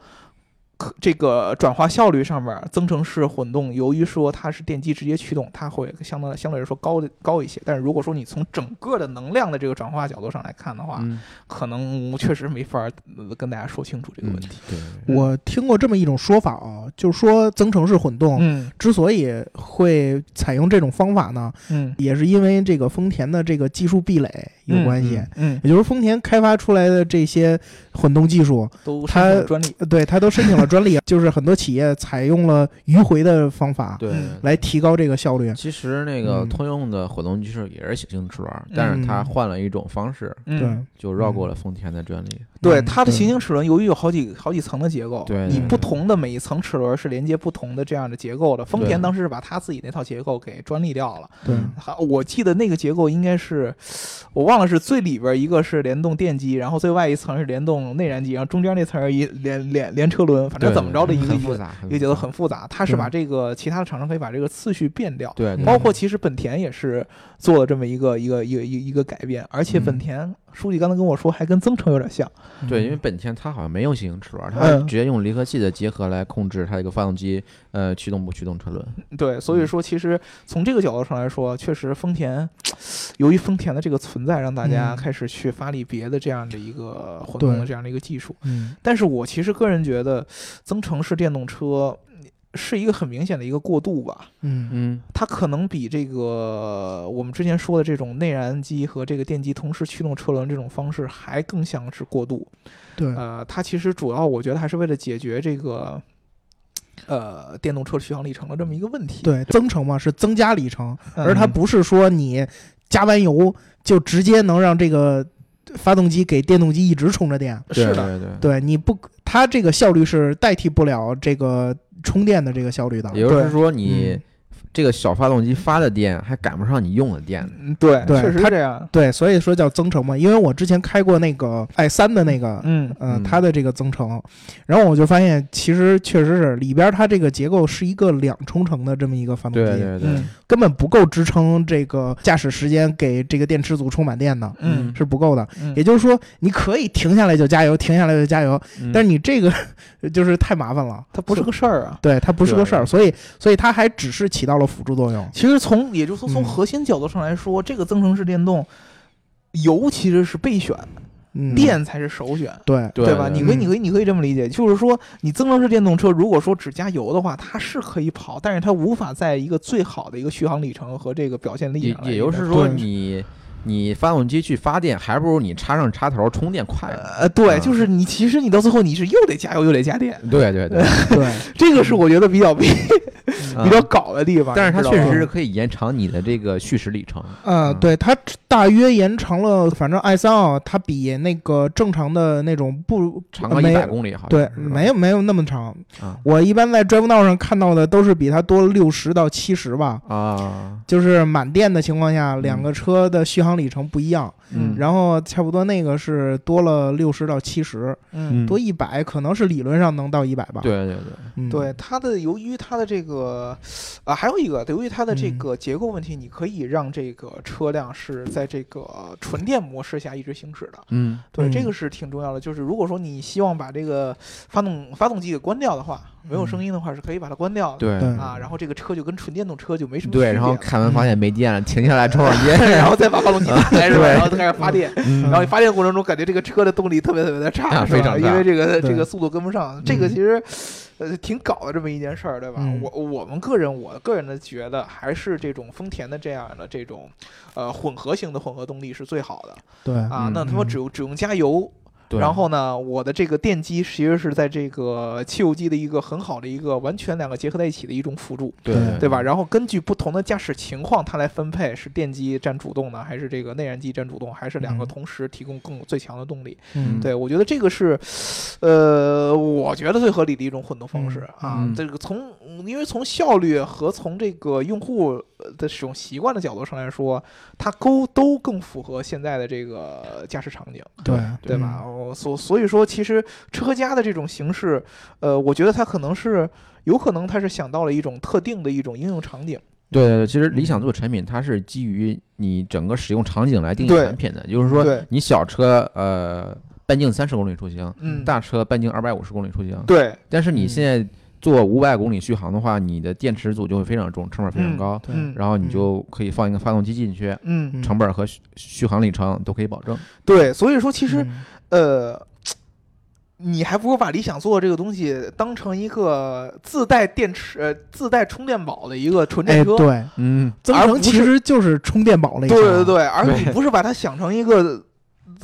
Speaker 3: 可这个转化效率上面儿，增程式混动由于说它是电机直接驱动，它会相当相对来说高的高一些。但是如果说你从整个的能量的这个转化角度上来看的话，
Speaker 4: 嗯，
Speaker 3: 可能确实没法儿、呃跟大家说清楚这个问题。
Speaker 4: 对，
Speaker 2: 我听过这么一种说法啊，就是说增程式混动
Speaker 3: 嗯
Speaker 2: 之所以会采用这种方法呢，
Speaker 3: 嗯，
Speaker 2: 也是因为这个丰田的这个技术壁垒有关系。
Speaker 3: 嗯，
Speaker 2: 也就是丰田开发出来的这些混动技术，
Speaker 3: 都
Speaker 2: 它
Speaker 3: 申请专利。
Speaker 2: 呃对它都申请了专利，啊 就是很多企业采用了迂回的方法
Speaker 4: 对
Speaker 3: 嗯
Speaker 4: 对。
Speaker 2: 来提高这个效率。啊
Speaker 4: 其实那个
Speaker 2: 嗯
Speaker 4: 通用的混动机是也是行星齿轮，但是它
Speaker 2: 嗯
Speaker 4: 换了一种方式，
Speaker 3: 嗯，
Speaker 2: 对
Speaker 4: 就绕过了丰田的专利。
Speaker 3: 对
Speaker 2: 嗯
Speaker 3: 它的
Speaker 2: 对
Speaker 3: 行星齿轮，由于有好几好几层的结构，
Speaker 4: 对
Speaker 3: 你
Speaker 4: 对
Speaker 3: 不
Speaker 4: 对
Speaker 3: 同的每一层齿轮是连接不同的这样的结构的。丰田
Speaker 4: 对
Speaker 3: 当时是把它自己那套结构给专利掉了。
Speaker 2: 对，
Speaker 3: 好，我记得那个结构应该是，我忘了是最里边一个是联动电机，然后最外一层是联动内燃机，然后中间那层是一连连连车轮，反正
Speaker 4: 对
Speaker 3: 啊怎么着的
Speaker 4: 对
Speaker 3: 一个
Speaker 4: 很
Speaker 3: 一
Speaker 4: 复
Speaker 3: 个
Speaker 4: 杂，
Speaker 3: 一个结构很复杂。它是
Speaker 2: 对
Speaker 3: 把这个其他的厂商可以把这个次序变掉。
Speaker 4: 对，嗯对
Speaker 3: 包括其实本田也是做了这么一个一个一个一个一个改变，而且本
Speaker 4: 嗯
Speaker 3: 田书记刚才跟我说还跟增程有点像。
Speaker 4: 对，因为本田它好像没用行星齿轮，它
Speaker 3: 嗯
Speaker 4: 直接用离合器的结合来控制它这个发动机，呃，驱动不驱动车轮。
Speaker 3: 对，所以
Speaker 4: 嗯
Speaker 3: 说其实从这个角度上来说，确实丰田，由于丰田的这个存在，让大家
Speaker 2: 嗯
Speaker 3: 开始去发力别的这样的一个混
Speaker 2: 对
Speaker 3: 动的这样的一个技术。
Speaker 2: 嗯
Speaker 3: 但是我其实个人觉得，增程式电动车是一个很明显的一个过渡吧。
Speaker 2: 嗯
Speaker 4: 嗯，
Speaker 3: 它可能比这个我们之前说的这种内燃机和这个电机同时驱动车轮这种方式还更像是过渡。
Speaker 2: 对，
Speaker 4: 嗯
Speaker 3: 呃，它其实主要我觉得还是为了解决这个，呃，电动车续航里程的这么一个问题。
Speaker 2: 对，增程嘛是增加里程，
Speaker 3: 嗯，
Speaker 2: 而它
Speaker 4: 嗯
Speaker 2: 不是说你加完油就直接能让这个发动机给电动机一直充着电。
Speaker 4: 对
Speaker 3: 是的，
Speaker 4: 对对。
Speaker 2: 对，你不，它这个效率是代替不了这个充电的这个效率的。
Speaker 4: 也就是
Speaker 3: 对
Speaker 4: 说，你
Speaker 2: 嗯
Speaker 4: 这个小发动机发的电还赶不上你用的电。
Speaker 3: 嗯，对，
Speaker 2: 对
Speaker 3: 确实是
Speaker 2: 它
Speaker 3: 这样。
Speaker 2: 对，所以说叫增程嘛，因为我之前开过那个 i 三的那个，
Speaker 3: 嗯
Speaker 2: 呃
Speaker 4: 嗯，
Speaker 2: 它的这个增程，然后我就发现其实确实是里边它这个结构是一个两冲程的这么一个发动
Speaker 4: 对
Speaker 2: 机，
Speaker 4: 对对
Speaker 3: 嗯，
Speaker 2: 根本不够支撑这个驾驶时间给这个电池组充满电的，
Speaker 3: 嗯
Speaker 2: 是不够的。
Speaker 3: 嗯
Speaker 2: 也就是说，你可以停下来就加油，停下来就加油，
Speaker 4: 嗯
Speaker 2: 但是你这个就是太麻烦了，
Speaker 3: 它不是个事儿啊。
Speaker 2: 对它不是个
Speaker 4: 对
Speaker 2: 事儿，所以所以它还只是起到了辅助作用。
Speaker 3: 其实从也就是说从
Speaker 2: 嗯
Speaker 3: 核心角度上来说，这个增程式电动，油其实是备选，
Speaker 2: 嗯
Speaker 3: 电才是首选。
Speaker 2: 对
Speaker 4: 对
Speaker 3: 吧？你
Speaker 4: 对
Speaker 3: 可以，
Speaker 2: 嗯
Speaker 3: 你可以，你可以这么理解，就是说，你增程式电动车如果说只加油的话，它是可以跑，但是它无法在一个最好的一个续航里程和这个表现力
Speaker 4: 也
Speaker 3: 上来
Speaker 4: 也
Speaker 3: 一个
Speaker 4: 就是说
Speaker 3: 做一个
Speaker 4: 你你发动机去发电，还不如你插上插头充电快呢。
Speaker 3: 呃，对，
Speaker 4: 嗯
Speaker 3: 就是你其实你到最后你是又得加油又得加电，
Speaker 4: 对对 对，
Speaker 2: 对，
Speaker 3: 这个是我觉得比较比
Speaker 4: 嗯
Speaker 3: 比较搞的地方。
Speaker 4: 但是它
Speaker 3: 你知道
Speaker 4: 确
Speaker 3: 吗
Speaker 4: 实是可以延长你的这个续时里程。
Speaker 2: 呃，
Speaker 4: 嗯
Speaker 2: 对，它大约延长了，反正 i 三啊，它比那个正常的那种不
Speaker 4: 长
Speaker 2: 呃
Speaker 4: 个一
Speaker 2: 没
Speaker 4: 百公里好像
Speaker 2: 对，
Speaker 4: 是吧
Speaker 2: 没有没有那么长。
Speaker 4: 啊
Speaker 2: 我一般在 Drive Now 上看到的都是比它多六十到七十吧，
Speaker 4: 啊，
Speaker 2: 就是满电的情况下，两
Speaker 4: 嗯
Speaker 2: 个车的续航里程不一样，
Speaker 3: 嗯
Speaker 2: 然后差不多那个是多了六十到七十，
Speaker 3: 嗯，
Speaker 2: 多一百可能是理论上能到一百吧。
Speaker 4: 对对对，
Speaker 2: 嗯，
Speaker 3: 对它的，由于它的这个，啊，还有一个，由于它的这
Speaker 2: 嗯
Speaker 3: 个结构问题，你可以让这个车辆是在这个纯电模式下一直行驶的。
Speaker 4: 嗯
Speaker 3: 对，这
Speaker 2: 嗯
Speaker 3: 个是挺重要的。就是如果说你希望把这个发动发动机给关掉的话，没有声音的话，是可以把它关掉的。
Speaker 4: 嗯对嗯
Speaker 2: 对
Speaker 3: 啊，然后这个车就跟纯电动车就没什么嗯区别
Speaker 4: 对，然后
Speaker 3: 了
Speaker 4: 看完发现没电了，停下来抽会儿 烟，
Speaker 3: 然后再把发动机打开是 吧？
Speaker 4: 对
Speaker 3: 然后再开始发电。
Speaker 4: 嗯
Speaker 3: 然后你发电过程中，感觉这个车的动力特别特别的差，
Speaker 4: 啊
Speaker 3: 是
Speaker 4: 非
Speaker 3: 吧？
Speaker 4: 常
Speaker 3: 因
Speaker 4: 差嗯
Speaker 3: 为这个
Speaker 2: 对
Speaker 3: 这个速度跟不上，这个其实呃挺搞的这么一件事儿，对吧？
Speaker 2: 嗯
Speaker 3: 我我们个人我个人的觉得，还是这种丰田的这样的这种呃混合型的混合动力是最好的
Speaker 2: 对
Speaker 3: 啊。
Speaker 4: 嗯
Speaker 3: 那他妈
Speaker 2: 嗯
Speaker 3: 只用只用加油，
Speaker 4: 对
Speaker 3: 然后呢，我的这个电机其实是在这个汽油机的一个很好的一个完全两个结合在一起的一种辅助，
Speaker 4: 对
Speaker 2: 对
Speaker 3: 对吧？？然后根据不同的驾驶情况，它来分配是电机占主动呢，还是这个内燃机占主动，还是两个
Speaker 2: 嗯
Speaker 3: 同时提供更有最强的动力？
Speaker 2: 嗯
Speaker 3: 对我觉得这个是，呃，我觉得最合理的一种混动方式
Speaker 2: 嗯
Speaker 3: 啊。
Speaker 4: 嗯
Speaker 3: 这个从因为从效率和从这个用户的使用习惯的角度上来说，它都都更符合现在的这个驾驶场景。
Speaker 2: 对
Speaker 3: 对吧？？
Speaker 4: 嗯
Speaker 3: 哦，所所以说，其实车家的这种形式，呃，我觉得它可能是有可能它是想到了一种特定的一种应用场景。
Speaker 4: 对对对，其实理想做产品，它是基于你整个使用场景来定义
Speaker 3: 对
Speaker 4: 产品的，就是说
Speaker 3: 对
Speaker 4: 你小车呃半径三十公里出行，
Speaker 3: 嗯，
Speaker 4: 大车半径二百五十公里出行，
Speaker 3: 对，
Speaker 4: 但是
Speaker 2: 嗯
Speaker 4: 你现在做五百公里续航的话，你的电池组就会非常重，成本非常高，
Speaker 2: 对
Speaker 3: 嗯，
Speaker 4: 然后你就可以放一个发动机进去，
Speaker 3: 嗯，
Speaker 2: 嗯
Speaker 4: 成本和续续航里程都可以保证。
Speaker 3: 对，所以说其实、
Speaker 2: 嗯
Speaker 3: 呃。你还不如把理想做这个东西当成一个自带电池、呃自带充电宝的一个纯
Speaker 2: 哎
Speaker 3: 电车，
Speaker 2: 对，
Speaker 4: 嗯，
Speaker 2: 增
Speaker 3: 而
Speaker 2: 程
Speaker 3: 不
Speaker 2: 其
Speaker 3: 是
Speaker 2: 实就是充电宝类型。
Speaker 3: 对对对，而
Speaker 4: 对
Speaker 3: 你不是把它想成一个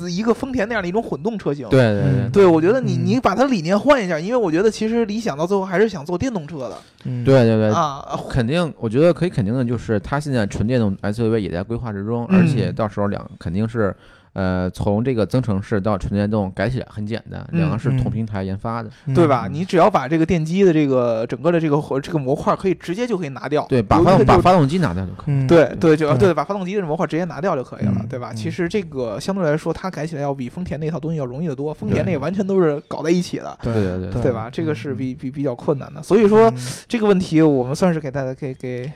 Speaker 3: 一个丰田那样的一种混动车型，
Speaker 4: 对对
Speaker 2: 嗯
Speaker 4: 对
Speaker 3: 对，我觉得你
Speaker 2: 嗯
Speaker 3: 你把它理念换一下，因为我觉得其实理想到最后还是想做电动车的
Speaker 2: 嗯
Speaker 4: 对对对，
Speaker 3: 啊，
Speaker 4: 肯定，我觉得可以肯定的就是，它现在纯电动 SUV 也在规划之中，
Speaker 3: 嗯
Speaker 4: 而且到时候两肯定是，呃，从这个增程式到纯电动改起来很简单，
Speaker 3: 嗯
Speaker 4: 两个是
Speaker 2: 嗯
Speaker 4: 同平台研发的，
Speaker 3: 对吧？
Speaker 4: 嗯
Speaker 3: 你只要把这个电机的这个整个的这个活这个模块可以直接就可以拿掉，
Speaker 4: 对，把
Speaker 3: 由于
Speaker 4: 发
Speaker 3: 它
Speaker 4: 动把
Speaker 3: 就
Speaker 4: 发动机拿掉就可以。
Speaker 2: 嗯，
Speaker 3: 对对，就
Speaker 2: 对
Speaker 3: 对，把发动机的模块直接拿掉就可以了，
Speaker 2: 嗯
Speaker 3: 对吧？
Speaker 2: 嗯
Speaker 3: 其实这个相对来说，它改起来要比丰田那套东西要容易得多，丰田
Speaker 4: 对
Speaker 3: 那完全都是搞在一起的，
Speaker 4: 对对对
Speaker 2: 对
Speaker 3: 嗯对吧？这个是比比比较困难的，所以说
Speaker 2: 嗯
Speaker 3: 这个问题我们算是给大家给给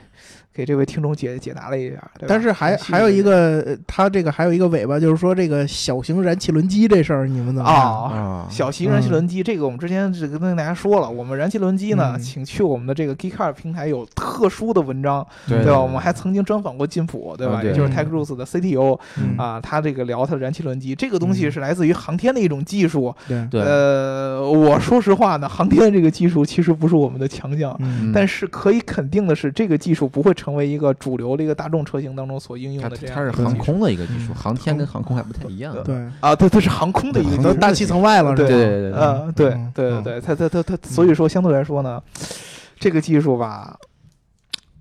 Speaker 3: 给这位听众解解答了一下，对吧嗯
Speaker 2: 但是还
Speaker 3: 很细
Speaker 2: 还有
Speaker 3: 致
Speaker 2: 一个，呃它这个还有一个尾巴，就是说这个小型燃气轮机这事儿，你们怎么看？
Speaker 3: 啊
Speaker 4: 啊，
Speaker 3: 小型燃气
Speaker 2: 嗯
Speaker 3: 轮机，这个我们之前这个跟大家说了，我们燃气轮机呢，
Speaker 2: 嗯
Speaker 3: 请去我们的这个 Geekcar 平台有特殊的文章，
Speaker 4: 对
Speaker 3: 对
Speaker 4: 对
Speaker 3: 吧？我们还曾经专访过金普，对吧？
Speaker 4: 对
Speaker 3: 也就是
Speaker 2: 嗯
Speaker 3: Tech Roots 的 CTO
Speaker 2: 嗯
Speaker 3: 啊，他这个聊他的燃气轮机，这个东西
Speaker 2: 嗯
Speaker 3: 是来自于航天的一种技术。
Speaker 2: 对，
Speaker 4: 对，
Speaker 3: 呃，我说实话呢，航天这个技术其实不是我们的强项。
Speaker 2: 嗯
Speaker 4: 嗯
Speaker 3: 但是可以肯定的是，这个技术不会成为一个主流的一个大众车型当中所应用
Speaker 4: 它
Speaker 3: 的这样
Speaker 4: 它是
Speaker 3: 一个
Speaker 4: 航
Speaker 3: 技术
Speaker 4: 空的一个技术，
Speaker 2: 嗯
Speaker 4: 航天跟航空还不太一样。
Speaker 2: 对，
Speaker 3: 啊，对，它是航空的一个技
Speaker 2: 都
Speaker 3: 术，
Speaker 2: 大气层外了，是吧？
Speaker 4: 对对对对
Speaker 3: 呃，对
Speaker 2: 嗯
Speaker 3: 对对
Speaker 2: 嗯
Speaker 3: 对，它它它它，所以说相对来说呢，这个技术吧，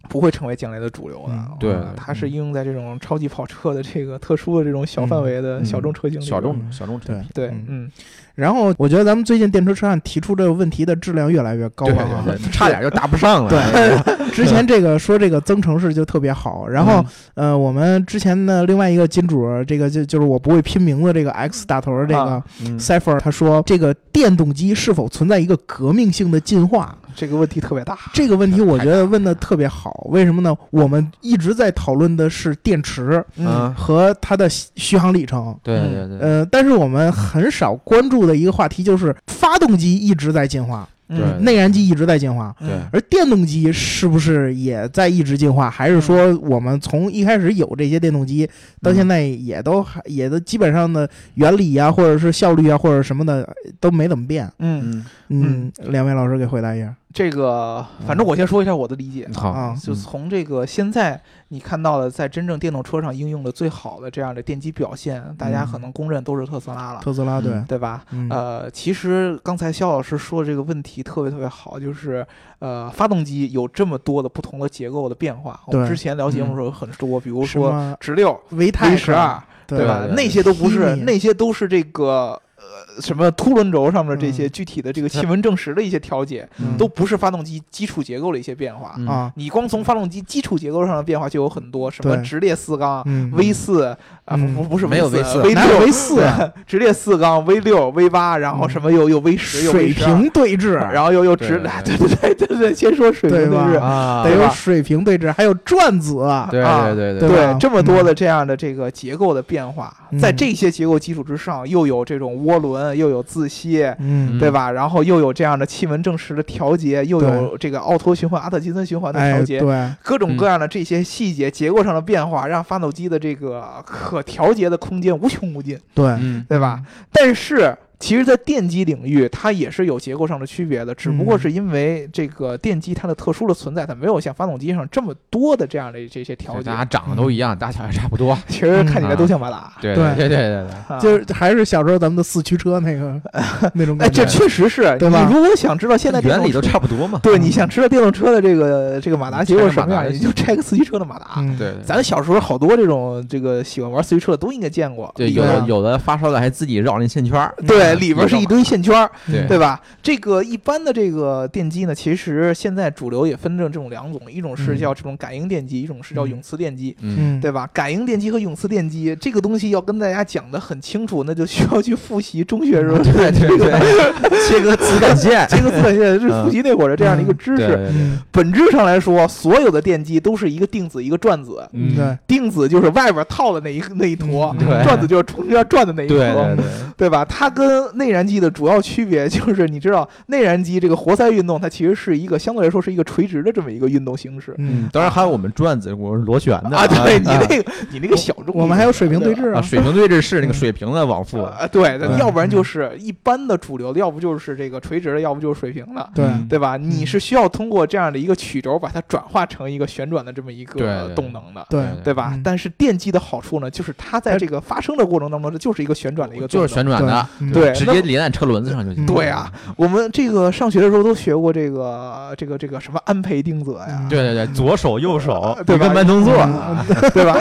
Speaker 3: 不会成为将来的主流的
Speaker 2: 嗯。
Speaker 4: 对
Speaker 3: 啊它是应用在这种超级跑车的这个特殊的这种小范围的
Speaker 4: 嗯
Speaker 3: 小众车型里边。
Speaker 4: 小众小众产品，
Speaker 3: 对，
Speaker 2: 嗯
Speaker 3: 嗯，
Speaker 2: 然后我觉得咱们最近电车车站提出这个问题的质量越来越高
Speaker 4: 对
Speaker 2: 了
Speaker 4: 对
Speaker 2: 啊。
Speaker 4: 对， 差点就搭不上了。哎
Speaker 2: 对，之前这个说这个增程式就特别好，
Speaker 4: 嗯
Speaker 2: 然后
Speaker 3: 嗯
Speaker 2: 呃，我们之前的另外一个金主，这个就就是我不会拼名字这个 X 打头儿这个
Speaker 3: 啊
Speaker 4: 嗯，
Speaker 2: Cipher，他说这个电动机是否存在一个革命性的进化？
Speaker 3: 这个问题特别大。
Speaker 2: 这个问题我觉得问的特别好，为什么呢？我们一直在讨论的是电池
Speaker 4: 嗯
Speaker 3: 嗯，
Speaker 4: 啊，
Speaker 2: 和它的续续航里程，
Speaker 4: 对
Speaker 2: 嗯
Speaker 4: 对对，
Speaker 2: 呃，但是我们很少关注的一个话题就是发动机一直在进化，
Speaker 3: 嗯
Speaker 4: 对
Speaker 2: 内燃机一直在进化。
Speaker 4: 对
Speaker 3: 嗯
Speaker 2: 而电动机是不是也在一直进化？还是说我们从一开始有这些电动机，到现在也都还也都基本上的原理啊，或者是效率啊，或者什么的都没怎么变？
Speaker 3: 嗯，
Speaker 4: 嗯，
Speaker 2: 嗯，两位老师给回答一下。
Speaker 3: 这个反正我先说一下我的理解，
Speaker 4: 嗯好
Speaker 2: 啊，
Speaker 3: 就从这个现在你看到的，在真正电动车上应用的最好的这样的电机表现，大家可能公认都是特斯拉了，
Speaker 2: 特斯拉对，
Speaker 4: 嗯
Speaker 3: 对吧？
Speaker 2: 嗯
Speaker 3: 呃，其实刚才肖老师说这个问题特别特别好，就是呃，发动机有这么多的不同的结构的变化。我们
Speaker 2: 对嗯
Speaker 3: 之前聊节目的时候有很多，比如
Speaker 2: 什
Speaker 3: 说
Speaker 2: 么
Speaker 3: 直六、
Speaker 2: 维泰
Speaker 3: V 十二，
Speaker 2: 对
Speaker 3: 吧
Speaker 4: 对？对
Speaker 3: 那些都不是，
Speaker 2: Kimi
Speaker 3: 那些都是这个呃什么凸轮轴上面这些
Speaker 2: 嗯
Speaker 3: 具体的这个气温正时的一些调节，
Speaker 2: 嗯
Speaker 3: 都不是发动机基础结构的一些变化。
Speaker 4: 嗯
Speaker 2: 啊，
Speaker 3: 你光从发动机基础结构上的变化就有很多，什么
Speaker 2: 对
Speaker 3: 直列四缸、
Speaker 2: 嗯
Speaker 3: V 四啊，
Speaker 2: 嗯
Speaker 3: 不不不是
Speaker 4: 没有
Speaker 3: V
Speaker 4: V4
Speaker 3: V
Speaker 2: 哪有
Speaker 3: 六
Speaker 2: V 四啊？
Speaker 3: 直列四缸 V 六 V 八，然后
Speaker 2: 嗯
Speaker 3: 什么又又 V 十又 V
Speaker 2: 水
Speaker 3: 十，
Speaker 2: 平对峙，啊
Speaker 3: 然后又又直，对
Speaker 4: 对
Speaker 3: 对对对对，先说水平
Speaker 2: 对吧
Speaker 3: 对峙，
Speaker 4: 啊
Speaker 2: 得
Speaker 3: 对
Speaker 2: 有
Speaker 3: 吧
Speaker 2: 水平对峙，还有转子，
Speaker 4: 对
Speaker 3: 啊
Speaker 4: 对对
Speaker 2: 对吧
Speaker 3: 对这么多的这样的这个结构的变化，
Speaker 2: 嗯
Speaker 3: 在这些结构基础之上，又有这种涡轮，又有自吸。
Speaker 2: 嗯，
Speaker 3: 对吧？然后又有这样的气门正时的调节，又有这个奥托循环、阿特金森循环的
Speaker 2: 哎
Speaker 3: 调节，
Speaker 2: 对，
Speaker 3: 各种各样的这些细节、结构上的变化，让发动机的这个可调节的空间无穷无尽，
Speaker 2: 对，
Speaker 4: 嗯
Speaker 3: 对吧？但是，其实，在电机领域，它也是有结构上的区别的，只不过是因为这个电机它的特殊的存在，它没有像发动机上这么多的这样的这些调
Speaker 4: 对
Speaker 3: 节
Speaker 4: 大。家长得都一样，大小也差不多，
Speaker 3: 其实看起来都像马达，
Speaker 4: 对
Speaker 2: 对
Speaker 4: 对对对对，
Speaker 3: 啊
Speaker 2: 就是还是小时候咱们的四驱车那个那种
Speaker 3: 哎，
Speaker 2: 感
Speaker 3: 这
Speaker 2: 觉，
Speaker 3: 确实是。
Speaker 2: 对吧
Speaker 3: 你如果想知道现在电
Speaker 4: 原
Speaker 3: 动
Speaker 4: 理都
Speaker 3: 车
Speaker 4: 差不多嘛，
Speaker 3: 对，你想知道电动车的这个这个马达结构是什
Speaker 4: 拆
Speaker 3: 么样，
Speaker 4: 个马达
Speaker 3: 你就拆个四驱车的马达。
Speaker 2: 嗯
Speaker 4: 对对
Speaker 3: 咱小时候好多这种这个喜欢玩四驱车的都应该见过，
Speaker 4: 对
Speaker 3: 里
Speaker 4: 有
Speaker 3: 边
Speaker 4: 的有的发烧的还自己绕那线圈
Speaker 2: 嗯
Speaker 4: 儿，
Speaker 3: 对，里边是一堆线圈儿，
Speaker 4: 对
Speaker 3: 对吧？这个一般的这个电机呢，其实现在主流也分成这种两种，一种是叫这种感应电机，一种是叫永磁电机，
Speaker 4: 嗯，
Speaker 2: 嗯
Speaker 3: 对吧？感应电机和永磁电机这个东西要跟大家讲的很清楚，那就需要去复习中学时候
Speaker 4: 啊对对对对，切割磁感 线，嗯
Speaker 3: 这个自然现是复习那会儿的这样的一个知
Speaker 4: 对对
Speaker 3: 识。
Speaker 4: 对
Speaker 2: 嗯
Speaker 3: 本质上来说，所有的电机都是一个定子一个转子，
Speaker 2: 嗯对，
Speaker 3: 定子就是外边套的那一那一坨，
Speaker 2: 嗯
Speaker 4: 对
Speaker 3: 转子就是中间转的那一坨。
Speaker 4: 对对对，
Speaker 3: 对吧？它跟内燃机的主要区别就是，你知道内燃机这个活塞运动，它其实是一个相对来说是一个垂直的这么一个运动形式
Speaker 4: 嗯
Speaker 2: 嗯，，
Speaker 4: 当然还有我们转子，我是螺旋的
Speaker 3: 啊。对你
Speaker 4: 啊
Speaker 3: 那个你那个小众，
Speaker 2: 我们还有水平对峙
Speaker 4: 啊，
Speaker 2: 啊，
Speaker 4: 水平对峙 是那个水平的往复，
Speaker 3: 啊，对
Speaker 4: 嗯
Speaker 3: 对，要不然就是一般的主流的，要不就是这个垂直的，要不就是水平的。
Speaker 2: 对
Speaker 4: 嗯
Speaker 3: 对吧？你是需要通过这样的一个曲轴，把它转化成一个旋转的这么一
Speaker 4: 对
Speaker 3: 个
Speaker 4: 对
Speaker 3: 动能的，
Speaker 2: 对
Speaker 3: 对吧
Speaker 2: 嗯？
Speaker 3: 但是电机的好处呢，就是它在这个发生的过程当中，它就是一个旋转的一个动
Speaker 4: 就
Speaker 3: 能，
Speaker 4: 是旋转的，
Speaker 2: 嗯
Speaker 3: 对
Speaker 4: 直
Speaker 3: 那
Speaker 4: 接连在车轮子上就行。
Speaker 3: 对啊，我们这个上学的时候都学过这个这个这个什么安培定则呀，
Speaker 4: 对对对，左手右手
Speaker 3: 对吧嗯
Speaker 4: 一个慢动作，
Speaker 2: 嗯
Speaker 3: 对 吧？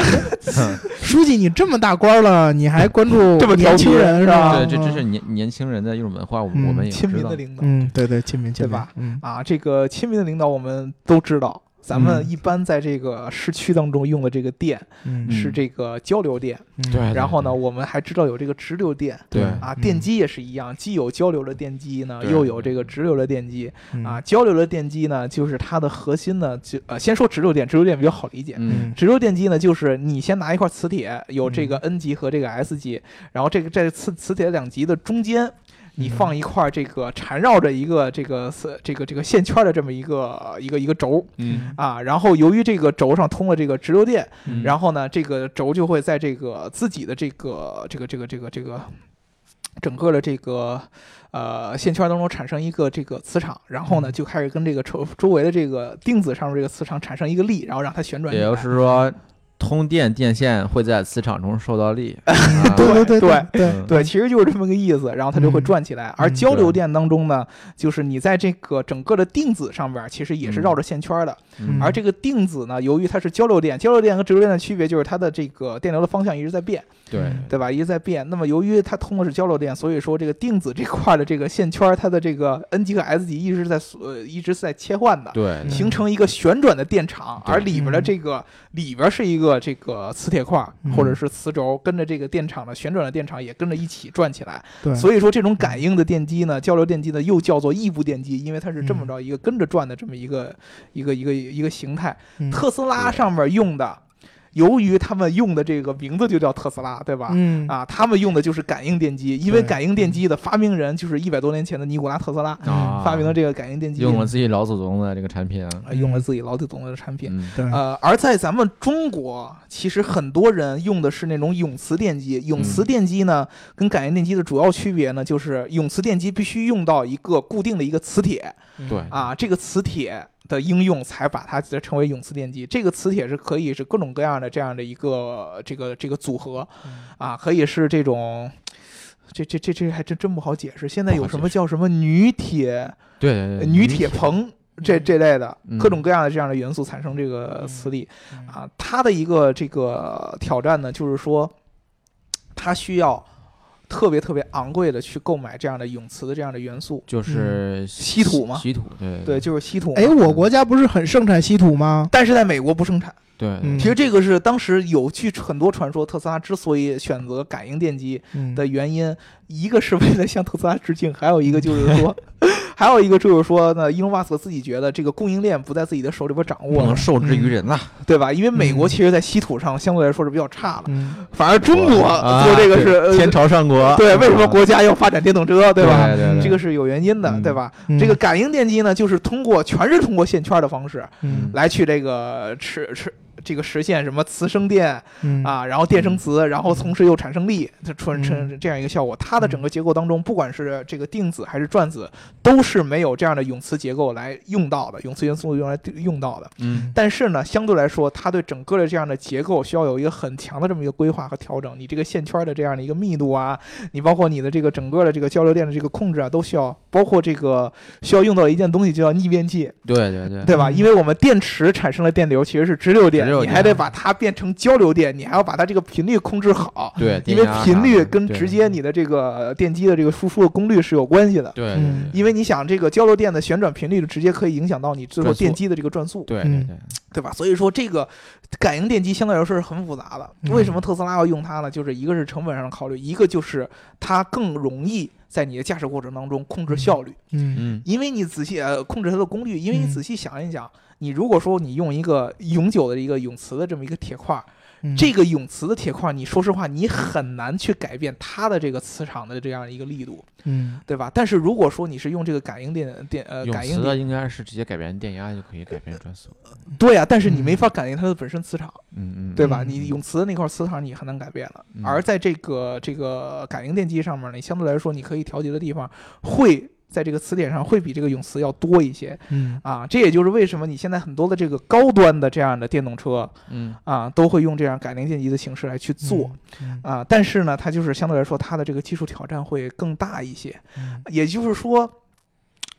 Speaker 2: 书记，你这么大官了，你还关注
Speaker 3: 这么
Speaker 2: 年轻
Speaker 3: 调皮
Speaker 2: 人是吧？
Speaker 4: 对，这这是年年轻人的一种文化，我
Speaker 2: 嗯
Speaker 4: 我们也
Speaker 3: 嗯亲
Speaker 4: 知
Speaker 3: 民
Speaker 4: 道
Speaker 3: 的。领导
Speaker 2: 嗯，对对，亲民亲民
Speaker 3: 对吧？
Speaker 2: 嗯
Speaker 3: 啊，这个亲民的领导我们都知道。咱们
Speaker 2: 嗯
Speaker 3: 一般在这个市区当中用的这个电
Speaker 2: 嗯
Speaker 3: 是这个交流电，
Speaker 2: 嗯
Speaker 4: 对
Speaker 3: 然后呢，我们还知道有这个直流电
Speaker 4: 对
Speaker 3: 啊，
Speaker 2: 嗯
Speaker 3: 电机也是一样，既有交流的电机呢，
Speaker 4: 对
Speaker 3: 又有这个直流的电机
Speaker 2: 嗯
Speaker 3: 啊。交流的电机呢，就是它的核心呢，就呃，先说直流电，直流电比较好理解，
Speaker 4: 嗯，
Speaker 3: 直流电机呢，就是你先拿一块磁铁，有这个 N 极和这个 S 极，然后这个在磁磁铁两极的中间，你放一块这个缠绕着一个这个丝这个这个线圈的这么一个一个一个轴
Speaker 4: 嗯
Speaker 3: 啊，然后由于这个轴上通了这个直流电，
Speaker 4: 嗯，
Speaker 3: 然后呢，这个轴就会在这个自己的这个这个这个这个这个整个的这个呃线圈当中产生一个这个磁场，然后呢
Speaker 2: 嗯
Speaker 3: 就开始跟这个周周围的这个定子上面这个磁场产生一个力，然后让它旋转起
Speaker 4: 也
Speaker 3: 来。
Speaker 4: 就是说，通电电线会在磁场中受到力。啊
Speaker 2: 对嗯对
Speaker 3: 对嗯
Speaker 2: 对
Speaker 3: 对，其实就是这么个意思，然后它就会
Speaker 2: 嗯
Speaker 3: 转起来。而
Speaker 2: 嗯
Speaker 3: 交流
Speaker 4: 对
Speaker 3: 电当中呢，就是你在这个整个的定子上边儿，其实也是
Speaker 4: 嗯
Speaker 3: 绕着线圈儿的。
Speaker 4: 嗯
Speaker 3: 而这个定子呢，由于它是交流电，交流电和直流电的区别就是它的这个电流的方向一直在变，
Speaker 4: 对
Speaker 3: 对吧？一直在变。那么由于它通的是交流电，所以说这个定子这块儿的这个线圈儿，它的这个 N 极和 S 极一直在呃一直是在切换的。
Speaker 4: 对
Speaker 2: 嗯
Speaker 3: 形成一个旋转的电场，
Speaker 4: 对
Speaker 3: 而里边的
Speaker 2: 嗯
Speaker 3: 这个里边是一个这个磁铁块儿
Speaker 2: 嗯
Speaker 3: 或者是磁轴，跟着这个电场的旋转的电场也跟着一起转起来。
Speaker 2: 对，嗯
Speaker 3: 所以说这种感应的电机呢，交流电机呢又叫做异步电机，因为它是这么
Speaker 2: 嗯
Speaker 3: 着
Speaker 2: 嗯
Speaker 3: 一个跟着转的这么一个一个一个一个形态。
Speaker 2: 以
Speaker 3: 特斯拉上面用的由于他们用的这个名字就叫特斯拉，对吧？
Speaker 2: 嗯
Speaker 3: 啊，他们用的就是感应电机，因为
Speaker 2: 对嗯
Speaker 3: 感应电机的发明人就是一百多年前的尼古拉特斯拉，
Speaker 4: 啊
Speaker 3: 嗯发明了这个感应电机，
Speaker 4: 用了自己老祖宗的这个产品啊，
Speaker 3: 啊
Speaker 2: 嗯
Speaker 3: 用了自己老祖宗的产品。
Speaker 4: 嗯，
Speaker 2: 对，
Speaker 3: 呃，而在咱们中国，其实很多人用的是那种永磁电机。永磁电机呢，
Speaker 4: 嗯
Speaker 3: 跟感应电机的主要区别呢，就是永磁电机必须用到一个固定的一个磁铁
Speaker 4: 嗯对，
Speaker 3: 啊，这个磁铁的应用才把它称为永磁电机。这个磁铁是可以是各种各样的这样的一个这个这个组合
Speaker 4: 嗯
Speaker 3: 啊，可以是这种。这这这这还真真不好解释。现在
Speaker 4: 不好
Speaker 3: 有什
Speaker 4: 解
Speaker 3: 么叫什么女铁、
Speaker 4: 对对
Speaker 3: 呃
Speaker 4: 对，
Speaker 3: 女铁棚这这类的
Speaker 4: 嗯
Speaker 3: 各种各样的这样的元素产生这个
Speaker 2: 嗯
Speaker 3: 磁力
Speaker 2: 嗯
Speaker 3: 啊。它的一个这个挑战呢，就是说，它需要特别特别昂贵的去购买这样的永磁的这样的元素，
Speaker 4: 就是
Speaker 3: 稀嗯土嘛
Speaker 4: 稀土，对
Speaker 3: 对，就是稀土嘛。
Speaker 2: 哎，我国家不是很盛产稀土吗？
Speaker 3: 但是在美国不生产。
Speaker 4: 对，
Speaker 2: 嗯
Speaker 4: 对
Speaker 3: 其实这个是当时有据很多传说，特斯拉之所以选择感应电机
Speaker 2: 嗯，
Speaker 3: 的原因，一个是为了向特斯拉致敬，还有一个就 是说，还有一个就是说呢，伊隆马斯克自己觉得这个供应链不在自己的手里边掌
Speaker 4: 不
Speaker 3: 握了
Speaker 4: 能，受制于人呐，
Speaker 3: 对吧？因为美
Speaker 2: 嗯
Speaker 3: 国其实，在稀土上相对来说是比较差的，
Speaker 2: 嗯，
Speaker 3: 反而中国
Speaker 4: 啊
Speaker 3: 做这个是、
Speaker 4: 对天朝上国，啊
Speaker 3: 呃对，为什么国家要发展电动车，对吧？
Speaker 4: 对对对
Speaker 3: 这个是有原因的，
Speaker 4: 嗯
Speaker 3: 对吧？
Speaker 2: 嗯
Speaker 3: 这个感应电机呢，就是通过全是通过线圈的方式
Speaker 2: 嗯
Speaker 3: 来去这个实实这个实现什么磁生电
Speaker 2: 嗯，
Speaker 3: 啊，然后电生磁，然后同时又产生力，它传成
Speaker 2: 嗯
Speaker 3: 这样一个效果。它的整个结构当中，不管是这个定子还是转子，都是没有这样的永磁结构来用到的，永磁元素用来用到的。
Speaker 4: 嗯，
Speaker 3: 但是呢，相对来说，它对整个的这样的结构需要有一个很强的这么一个规划和调整。你这个线圈的这样的一个密度啊，你包括你的这个整个的这个交流电的这个控制啊，都需要包括这个需要用到的一件东西，就叫逆变器，
Speaker 4: 对对对，
Speaker 3: 对吧？
Speaker 2: 嗯
Speaker 3: 因为我们电池产生了电流，其实是直流电，
Speaker 4: 直流
Speaker 3: 你
Speaker 4: 电
Speaker 3: 还得把它变成交流电，你还要把它这个频率控制好，
Speaker 4: 对，
Speaker 3: 因
Speaker 4: 电
Speaker 3: 为
Speaker 4: 压
Speaker 3: 频
Speaker 4: 啥
Speaker 3: 率
Speaker 4: 的
Speaker 3: 跟
Speaker 4: 对
Speaker 3: 直接你的这个电机的这个输出的功率是有关系的。
Speaker 4: 对
Speaker 2: 嗯
Speaker 3: 因为你想，这个交流电的旋转频率直接可以影响到你最后
Speaker 4: 转速
Speaker 3: 电机的这个转速。
Speaker 4: 对对
Speaker 2: 嗯
Speaker 4: 对对，
Speaker 3: 对吧？所以说这个感应电机相对来说是很复杂的。
Speaker 2: 嗯
Speaker 3: 为什么特斯拉要用它呢？就是一个是成本上的考虑，一个就是它更容易在你的驾驶过程当中控制效率，
Speaker 2: 嗯
Speaker 4: 嗯
Speaker 3: 因为你仔细呃控制它的功率，因为你
Speaker 2: 嗯
Speaker 3: 仔细想一想，你如果说你用一个永久的一个永磁的这么一个铁块儿，
Speaker 2: 嗯，
Speaker 3: 这个永磁的铁块儿，你说实话你很难去改变它的这个磁场的这样一个力度，
Speaker 2: 嗯
Speaker 3: 对吧？但是如果说你是用这个感应电电呃
Speaker 4: 永
Speaker 3: 感
Speaker 4: 磁
Speaker 3: 应
Speaker 4: 的
Speaker 3: 电，
Speaker 4: 应该是直接改变电啊压就可以改变转速，
Speaker 3: 对呀、但是你
Speaker 2: 嗯
Speaker 3: 没法感应它的本身磁场。
Speaker 4: 嗯嗯，
Speaker 3: 对吧？
Speaker 2: 嗯
Speaker 3: 你永磁的那块磁场你很难改变了，
Speaker 4: 嗯
Speaker 3: 而在这个这个感应电机上面呢，你相对来说你可以调节的地方会在这个磁点上会比这个永磁要多一些
Speaker 2: 嗯
Speaker 3: 啊。这也就是为什么你现在很多的这个高端的这样的电动车
Speaker 4: 嗯
Speaker 3: 啊，都会用这样感应电机的形式来去做。
Speaker 2: 嗯
Speaker 3: 啊，但是呢，它就是相对来说它的这个技术挑战会更大一些。
Speaker 2: 嗯
Speaker 3: 也就是说，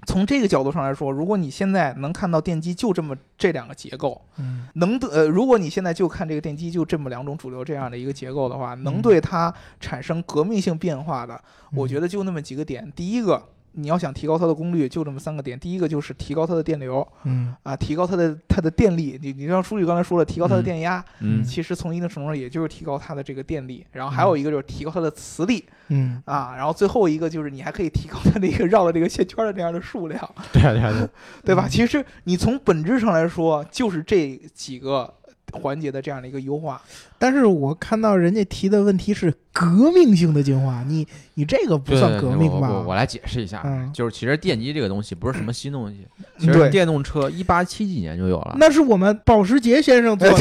Speaker 3: 从这个角度上来说，如果你现在能看到电机就这么这两个结构，
Speaker 2: 嗯
Speaker 3: 能对呃，如果你现在就看这个电机就这么两种主流这样的一个结构的话，能对它产生革命性变化的，
Speaker 2: 嗯
Speaker 3: 我觉得就那么几个点。第一个，你要想提高它的功率，就这么三个点。第一个就是提高它的电流
Speaker 2: 嗯
Speaker 3: 啊，提高它的它的电力。你你像书记刚才说了，提高它的电压，
Speaker 4: 嗯
Speaker 3: 其实从一定程度上也就是提高它的这个电力。然后还有一个就是提高它的磁力
Speaker 2: 嗯
Speaker 3: 啊，然后最后一个就是你还可以提高它的一个绕的这个线圈的这样的数量。
Speaker 4: 对对对，
Speaker 3: 对吧？
Speaker 2: 嗯
Speaker 3: 其实你从本质上来说，就是这几个环节的这样的一个优化。
Speaker 4: 嗯
Speaker 2: 但是我看到人家提的问题是革命性的进化，你你这个不
Speaker 4: 对
Speaker 2: 算
Speaker 4: 对
Speaker 2: 革
Speaker 4: 对
Speaker 2: 命
Speaker 4: 我我
Speaker 2: 吧？
Speaker 4: 我来解释一下，
Speaker 2: 嗯
Speaker 4: 就是其实电机这个东西不是什么新东西，
Speaker 3: 嗯
Speaker 4: 其实
Speaker 2: 对，
Speaker 4: 电动车一八七几年就有了，
Speaker 2: 那是我们保时捷先生做 的，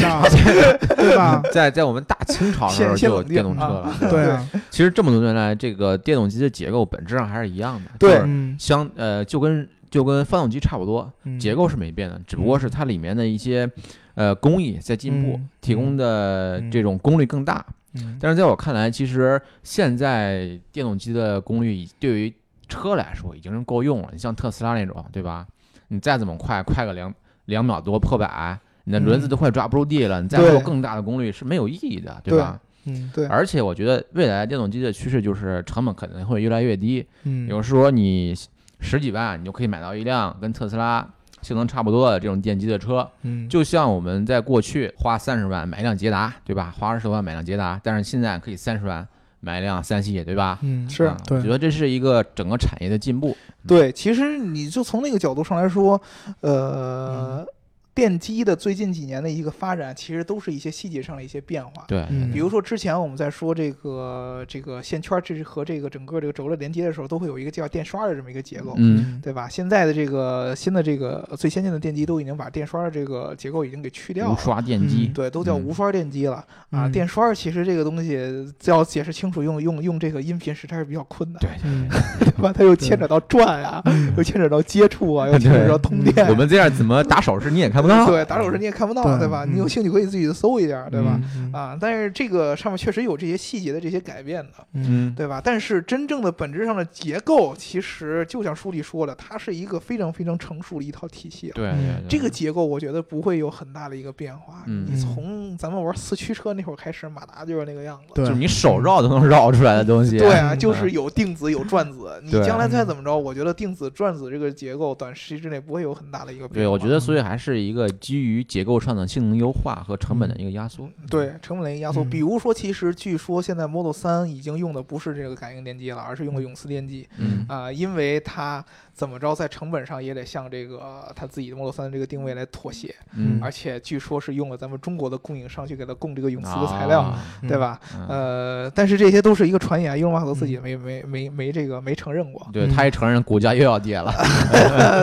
Speaker 2: 对
Speaker 3: 啊
Speaker 2: 吧？
Speaker 4: 在在我们大清朝的时候
Speaker 3: 先
Speaker 4: 就有
Speaker 3: 先
Speaker 4: 电动车
Speaker 3: 啊
Speaker 4: 了。
Speaker 2: 对啊，
Speaker 4: 其实这么多年来，这个电动机的结构本质上还是一样的，
Speaker 3: 对
Speaker 4: 就是
Speaker 2: 嗯，
Speaker 4: 相呃就跟就跟发动机差不多，
Speaker 2: 嗯
Speaker 4: 结构是没变的，只不过是它里面的一些呃工艺在进步
Speaker 2: 嗯，
Speaker 4: 提供的
Speaker 2: 嗯
Speaker 4: 这种功率更大。
Speaker 2: 嗯
Speaker 4: 但是在我看来，其实现在电动机的功率已对于车来说已经是够用了。你像特斯拉那种，对吧？你再怎么快，快个两两秒多破百，你的轮子
Speaker 2: 嗯
Speaker 4: 都快抓不住地了，你再
Speaker 3: 对
Speaker 4: 做更大的功率是没有意义的，对
Speaker 3: 对
Speaker 4: 吧？
Speaker 2: 嗯
Speaker 3: 对
Speaker 4: 而且我觉得未来电动机的趋势就是成本可能会越来越低，
Speaker 2: 嗯，
Speaker 4: 比如说你十几万，你就可以买到一辆跟特斯拉性能差不多的这种电机的车。
Speaker 2: 嗯
Speaker 4: 就像我们在过去花三十万买一辆捷达，对吧？花二十万买辆捷达，但是现在可以三十万买一辆三系，对吧？
Speaker 2: 嗯
Speaker 3: 是
Speaker 4: 啊
Speaker 2: 对
Speaker 4: 我觉得这是一个整个产业的进步。嗯
Speaker 3: 对，其实你就从那个角度上来说，呃，电机的最近几年的一个发展，其实都是一些细节上的一些变化。
Speaker 4: 对，
Speaker 2: 嗯
Speaker 3: 比如说之前我们在说这个这个线圈儿这是和这个整个这个轴的连接的时候，都会有一个叫电刷的这么一个结构，
Speaker 4: 嗯，
Speaker 3: 对吧？现在的这个新的这个呃最先进的电机都已经把电刷的这个结构已经给去掉
Speaker 4: 无
Speaker 3: 了。
Speaker 4: 刷电机
Speaker 2: 嗯，
Speaker 3: 对，都叫
Speaker 4: 嗯
Speaker 3: 无刷电机了、啊！
Speaker 2: 嗯
Speaker 3: 电刷儿其实这个东西要解释清楚用，用用这个音频实在是比较困难，
Speaker 4: 对
Speaker 2: 嗯
Speaker 3: 对吧？它又牵扯到转啊，又牵扯到接触啊，又牵扯到通
Speaker 2: 对
Speaker 3: 电、啊。
Speaker 4: 我们这样怎么打手势你也看不到，
Speaker 3: 对打手势你也看不到，
Speaker 2: 对
Speaker 3: 对吧？
Speaker 2: 嗯
Speaker 3: 你有兴趣可以自己去搜一下，对吧？
Speaker 2: 嗯
Speaker 3: 啊，但是这个上面确实有这些细节的这些改变的，
Speaker 4: 嗯，
Speaker 3: 对吧？但是真正的本质上的结构，其实就像书里说的，它是一个非常非常成熟的一套体系了。
Speaker 4: 对
Speaker 2: 嗯
Speaker 4: 对，
Speaker 3: 这个结构，我觉得不会有很大的一个变化。
Speaker 4: 嗯
Speaker 3: 你从咱们玩四驱车那会儿开始，马达就是那个样子。
Speaker 2: 对
Speaker 4: 就是你手绕都能绕出来的东西，
Speaker 3: 对啊，
Speaker 2: 嗯
Speaker 3: 就是有定子有转子，你
Speaker 4: 对
Speaker 3: 将来再怎么着，我觉得定子转子这个结构，短时间之内不会有很大的一个变化。
Speaker 4: 对，我觉得所以还是一个基于结构上的性能优化和成本的一个压缩。
Speaker 3: 嗯对，成本的一个压缩。
Speaker 2: 嗯
Speaker 3: 比如说，其实据说现在 Model 3已经用的不是这个感应电机了，而是用的永磁电机
Speaker 4: 嗯
Speaker 3: 啊、因为它怎么着，在成本上也得向这个呃它自己的 Model 3的这个定位来妥协，
Speaker 2: 嗯
Speaker 3: 而且据说是用了咱们中国的供应商去给它供这个永磁
Speaker 4: 啊，
Speaker 3: 的材料。
Speaker 2: 嗯
Speaker 3: 对吧？呃，但是这些都是一个传言，伊隆马斯克自己
Speaker 2: 嗯
Speaker 3: 没没没没这个没承认过呃
Speaker 4: 对，他一承认股价又要跌了，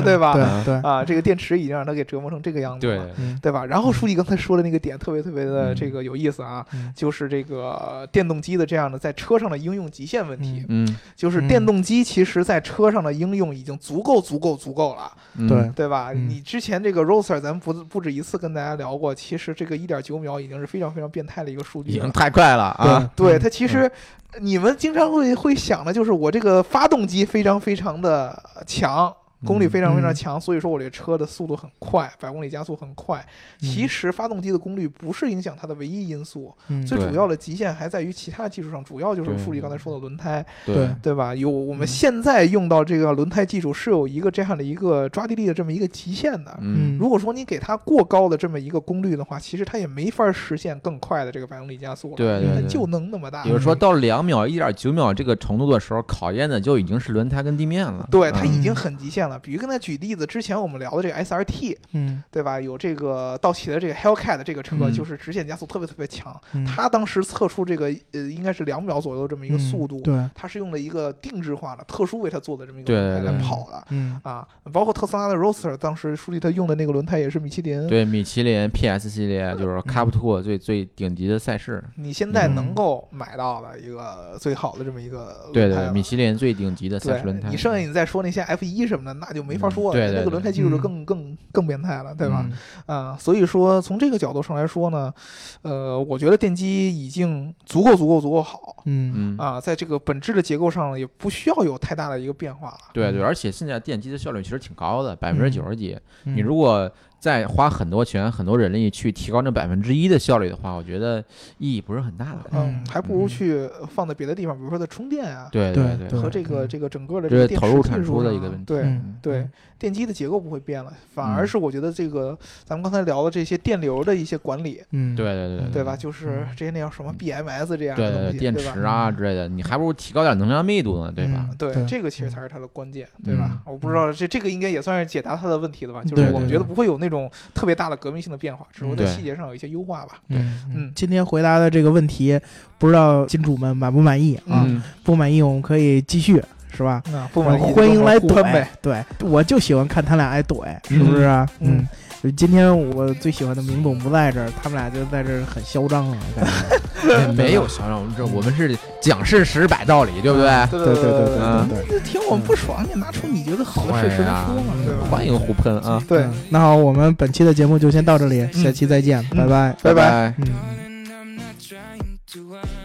Speaker 3: 对吧？
Speaker 2: 对对，
Speaker 3: 啊，这个电池已经让他给折磨成这个样子了。
Speaker 4: 对，
Speaker 2: 嗯
Speaker 3: 对吧？然后书记刚才说的那个点特别特别的
Speaker 4: 嗯
Speaker 3: 这个有意思啊，
Speaker 2: 嗯
Speaker 3: 就是这个电动机的这样的在车上的应用极限问题，
Speaker 4: 嗯，
Speaker 3: 就是
Speaker 2: 嗯
Speaker 3: 电动机其实在车上的应用已经足够足够足够了，
Speaker 4: 嗯
Speaker 2: 对，
Speaker 3: 对吧？
Speaker 2: 嗯
Speaker 3: 你之前这个 Roser 咱们不不止一次跟大家聊过，其实这个一点九秒已经是非常非常变态的一个数
Speaker 4: 已
Speaker 3: 据
Speaker 4: 经
Speaker 3: 了。
Speaker 4: 太快了啊！
Speaker 3: 对它其实，你们经常会会想的就是我这个发动机非常非常的强，功率非常非常
Speaker 2: 嗯
Speaker 3: 强，所以说我这车的速度很快，百公里加速很快。
Speaker 4: 嗯
Speaker 3: 其实发动机的功率不是影响它的唯一因素，
Speaker 2: 嗯
Speaker 3: 最
Speaker 4: 对
Speaker 3: 主要的极限还在于其他技术上，主要就是
Speaker 4: 对嗯
Speaker 3: 数理刚才说的轮胎，
Speaker 2: 对
Speaker 3: 对吧？有我
Speaker 2: 嗯
Speaker 3: 们现在用到这个轮胎技术是有一个这样的一个抓地力的这么一个极限的。
Speaker 4: 嗯，
Speaker 3: 如果说你给它过高的这么一个功率的话，其实它也没法实现更快的这个百公里加速了，
Speaker 4: 对
Speaker 2: 嗯
Speaker 4: 对
Speaker 3: 它
Speaker 4: 对，
Speaker 3: 就能那么大嗯
Speaker 4: 比。如说到两秒、一点九秒这个程度的时候，考验的就已经是轮胎跟地面了。
Speaker 3: 对，它
Speaker 2: 嗯
Speaker 3: 已经很极限了。比如跟他举例子，之前我们聊的这个 SRT，
Speaker 2: 嗯
Speaker 3: 对吧？有这个道奇的这个 Hellcat 这个车，
Speaker 2: 嗯
Speaker 3: 就是直线加速特别特别强。
Speaker 2: 嗯
Speaker 3: 它当时测出这个呃，应该是两秒左右这么一个速度
Speaker 2: 嗯，对，
Speaker 3: 它是用了一个定制化的、特殊为它做的这么一个
Speaker 4: 对
Speaker 3: 轮胎
Speaker 4: 对
Speaker 3: 来
Speaker 2: 对
Speaker 3: 跑的
Speaker 2: 嗯
Speaker 3: 啊。包括特斯拉的 Roadster，当时书记他用的那个轮胎也是米其林。
Speaker 4: 对，米其林 PS 系列就是
Speaker 3: 嗯
Speaker 4: Cup Two 最最顶级的赛事，
Speaker 3: 你现在
Speaker 2: 嗯
Speaker 3: 能够买到的一个最好的这么一个
Speaker 4: 对
Speaker 3: 轮胎
Speaker 4: 对，
Speaker 3: 了
Speaker 4: 米其林最顶级的赛
Speaker 3: 对
Speaker 4: 事轮胎。
Speaker 3: 你剩下你再说那些 F 一什么的，那就没法
Speaker 4: 嗯
Speaker 3: 说了，
Speaker 4: 对对
Speaker 3: 那个
Speaker 4: 对
Speaker 3: 轮胎技术就
Speaker 2: 嗯
Speaker 3: 更更更变态了，对吧？
Speaker 4: 嗯
Speaker 3: 啊、所以说从这个角度上来说呢，呃，我觉得电机已经足够足够足够好
Speaker 2: 嗯
Speaker 4: 嗯，
Speaker 3: 啊、在这个本质的结构上也不需要有太大的一个变化了。
Speaker 4: 对对，而且现在电机的效率其实挺高的，百分之九十几。
Speaker 2: 嗯，
Speaker 4: 你如果再花很多钱、很多人力去提高那百分之一的效率的话，我觉得意义不是很大的。
Speaker 3: 嗯
Speaker 2: 嗯，
Speaker 3: 还不如去放在别的地方，比如说在充电啊，
Speaker 4: 对
Speaker 2: 对
Speaker 4: 对
Speaker 2: 对
Speaker 3: 和这个
Speaker 2: 嗯
Speaker 3: 这个整个的
Speaker 4: 这
Speaker 3: 个
Speaker 4: 是
Speaker 3: 电
Speaker 4: 投
Speaker 3: 池
Speaker 4: 入
Speaker 3: 技
Speaker 4: 产
Speaker 3: 术
Speaker 4: 出的
Speaker 3: 上
Speaker 4: 一个
Speaker 3: 啊
Speaker 4: 问题
Speaker 3: 对、
Speaker 2: 嗯
Speaker 3: 对，
Speaker 2: 嗯
Speaker 3: 电机的结构不会变了，反
Speaker 4: 嗯
Speaker 3: 而是我觉得这个咱们刚才聊的这些电流的一些管理，
Speaker 2: 嗯
Speaker 4: 对对对
Speaker 3: 对吧？
Speaker 2: 嗯
Speaker 3: 就是这些那叫什么 BMS 这样
Speaker 4: 对嗯对
Speaker 3: 的东
Speaker 4: 对，
Speaker 3: 西，
Speaker 4: 电
Speaker 3: 吧
Speaker 4: 池啊之类的，你还不如提高点能量密度呢，对吧？
Speaker 2: 嗯
Speaker 3: 对，
Speaker 2: 对
Speaker 3: 这个其实才是它的关键，对吧？我
Speaker 2: 嗯
Speaker 3: 不知道这这个应该也算是解答他的问题了吧？就
Speaker 2: 对
Speaker 3: 是我们
Speaker 2: 对
Speaker 3: 觉得
Speaker 2: 对
Speaker 3: 不会有那种特别大的革命性的变化，只不过在
Speaker 4: 对
Speaker 3: 细节上有一些优化吧。
Speaker 2: 嗯
Speaker 3: 嗯
Speaker 2: 今天回答的这个问题，不知道金主们满不满意啊？
Speaker 4: 嗯
Speaker 2: 不满意我们可以继续，是吧？
Speaker 3: 啊，不满意
Speaker 2: 欢迎来
Speaker 3: 怼
Speaker 2: 怼
Speaker 3: 呗。，
Speaker 2: 对我就喜欢看他俩挨怼，是不是啊？
Speaker 3: 嗯
Speaker 2: 嗯，就今天我最喜欢的明总不在这儿，他们俩就在这儿很嚣张啊，感觉
Speaker 4: 哎没有小让，这我们是讲事实摆道理，对不对？
Speaker 3: 对
Speaker 2: 对对
Speaker 3: 对
Speaker 2: 对
Speaker 3: 对
Speaker 4: 嗯
Speaker 2: 对对
Speaker 3: 就听我们不爽，你拿出你觉得好的事实来说嘛，对
Speaker 2: 对，
Speaker 3: 吧？
Speaker 4: 欢迎互喷啊！
Speaker 3: 对
Speaker 2: 嗯那好，我们本期的节目就先到这里，
Speaker 4: 嗯
Speaker 2: 下期再见，拜拜。
Speaker 3: 拜拜
Speaker 4: 拜。
Speaker 2: 嗯。
Speaker 1: Darling, I'm not trying to hide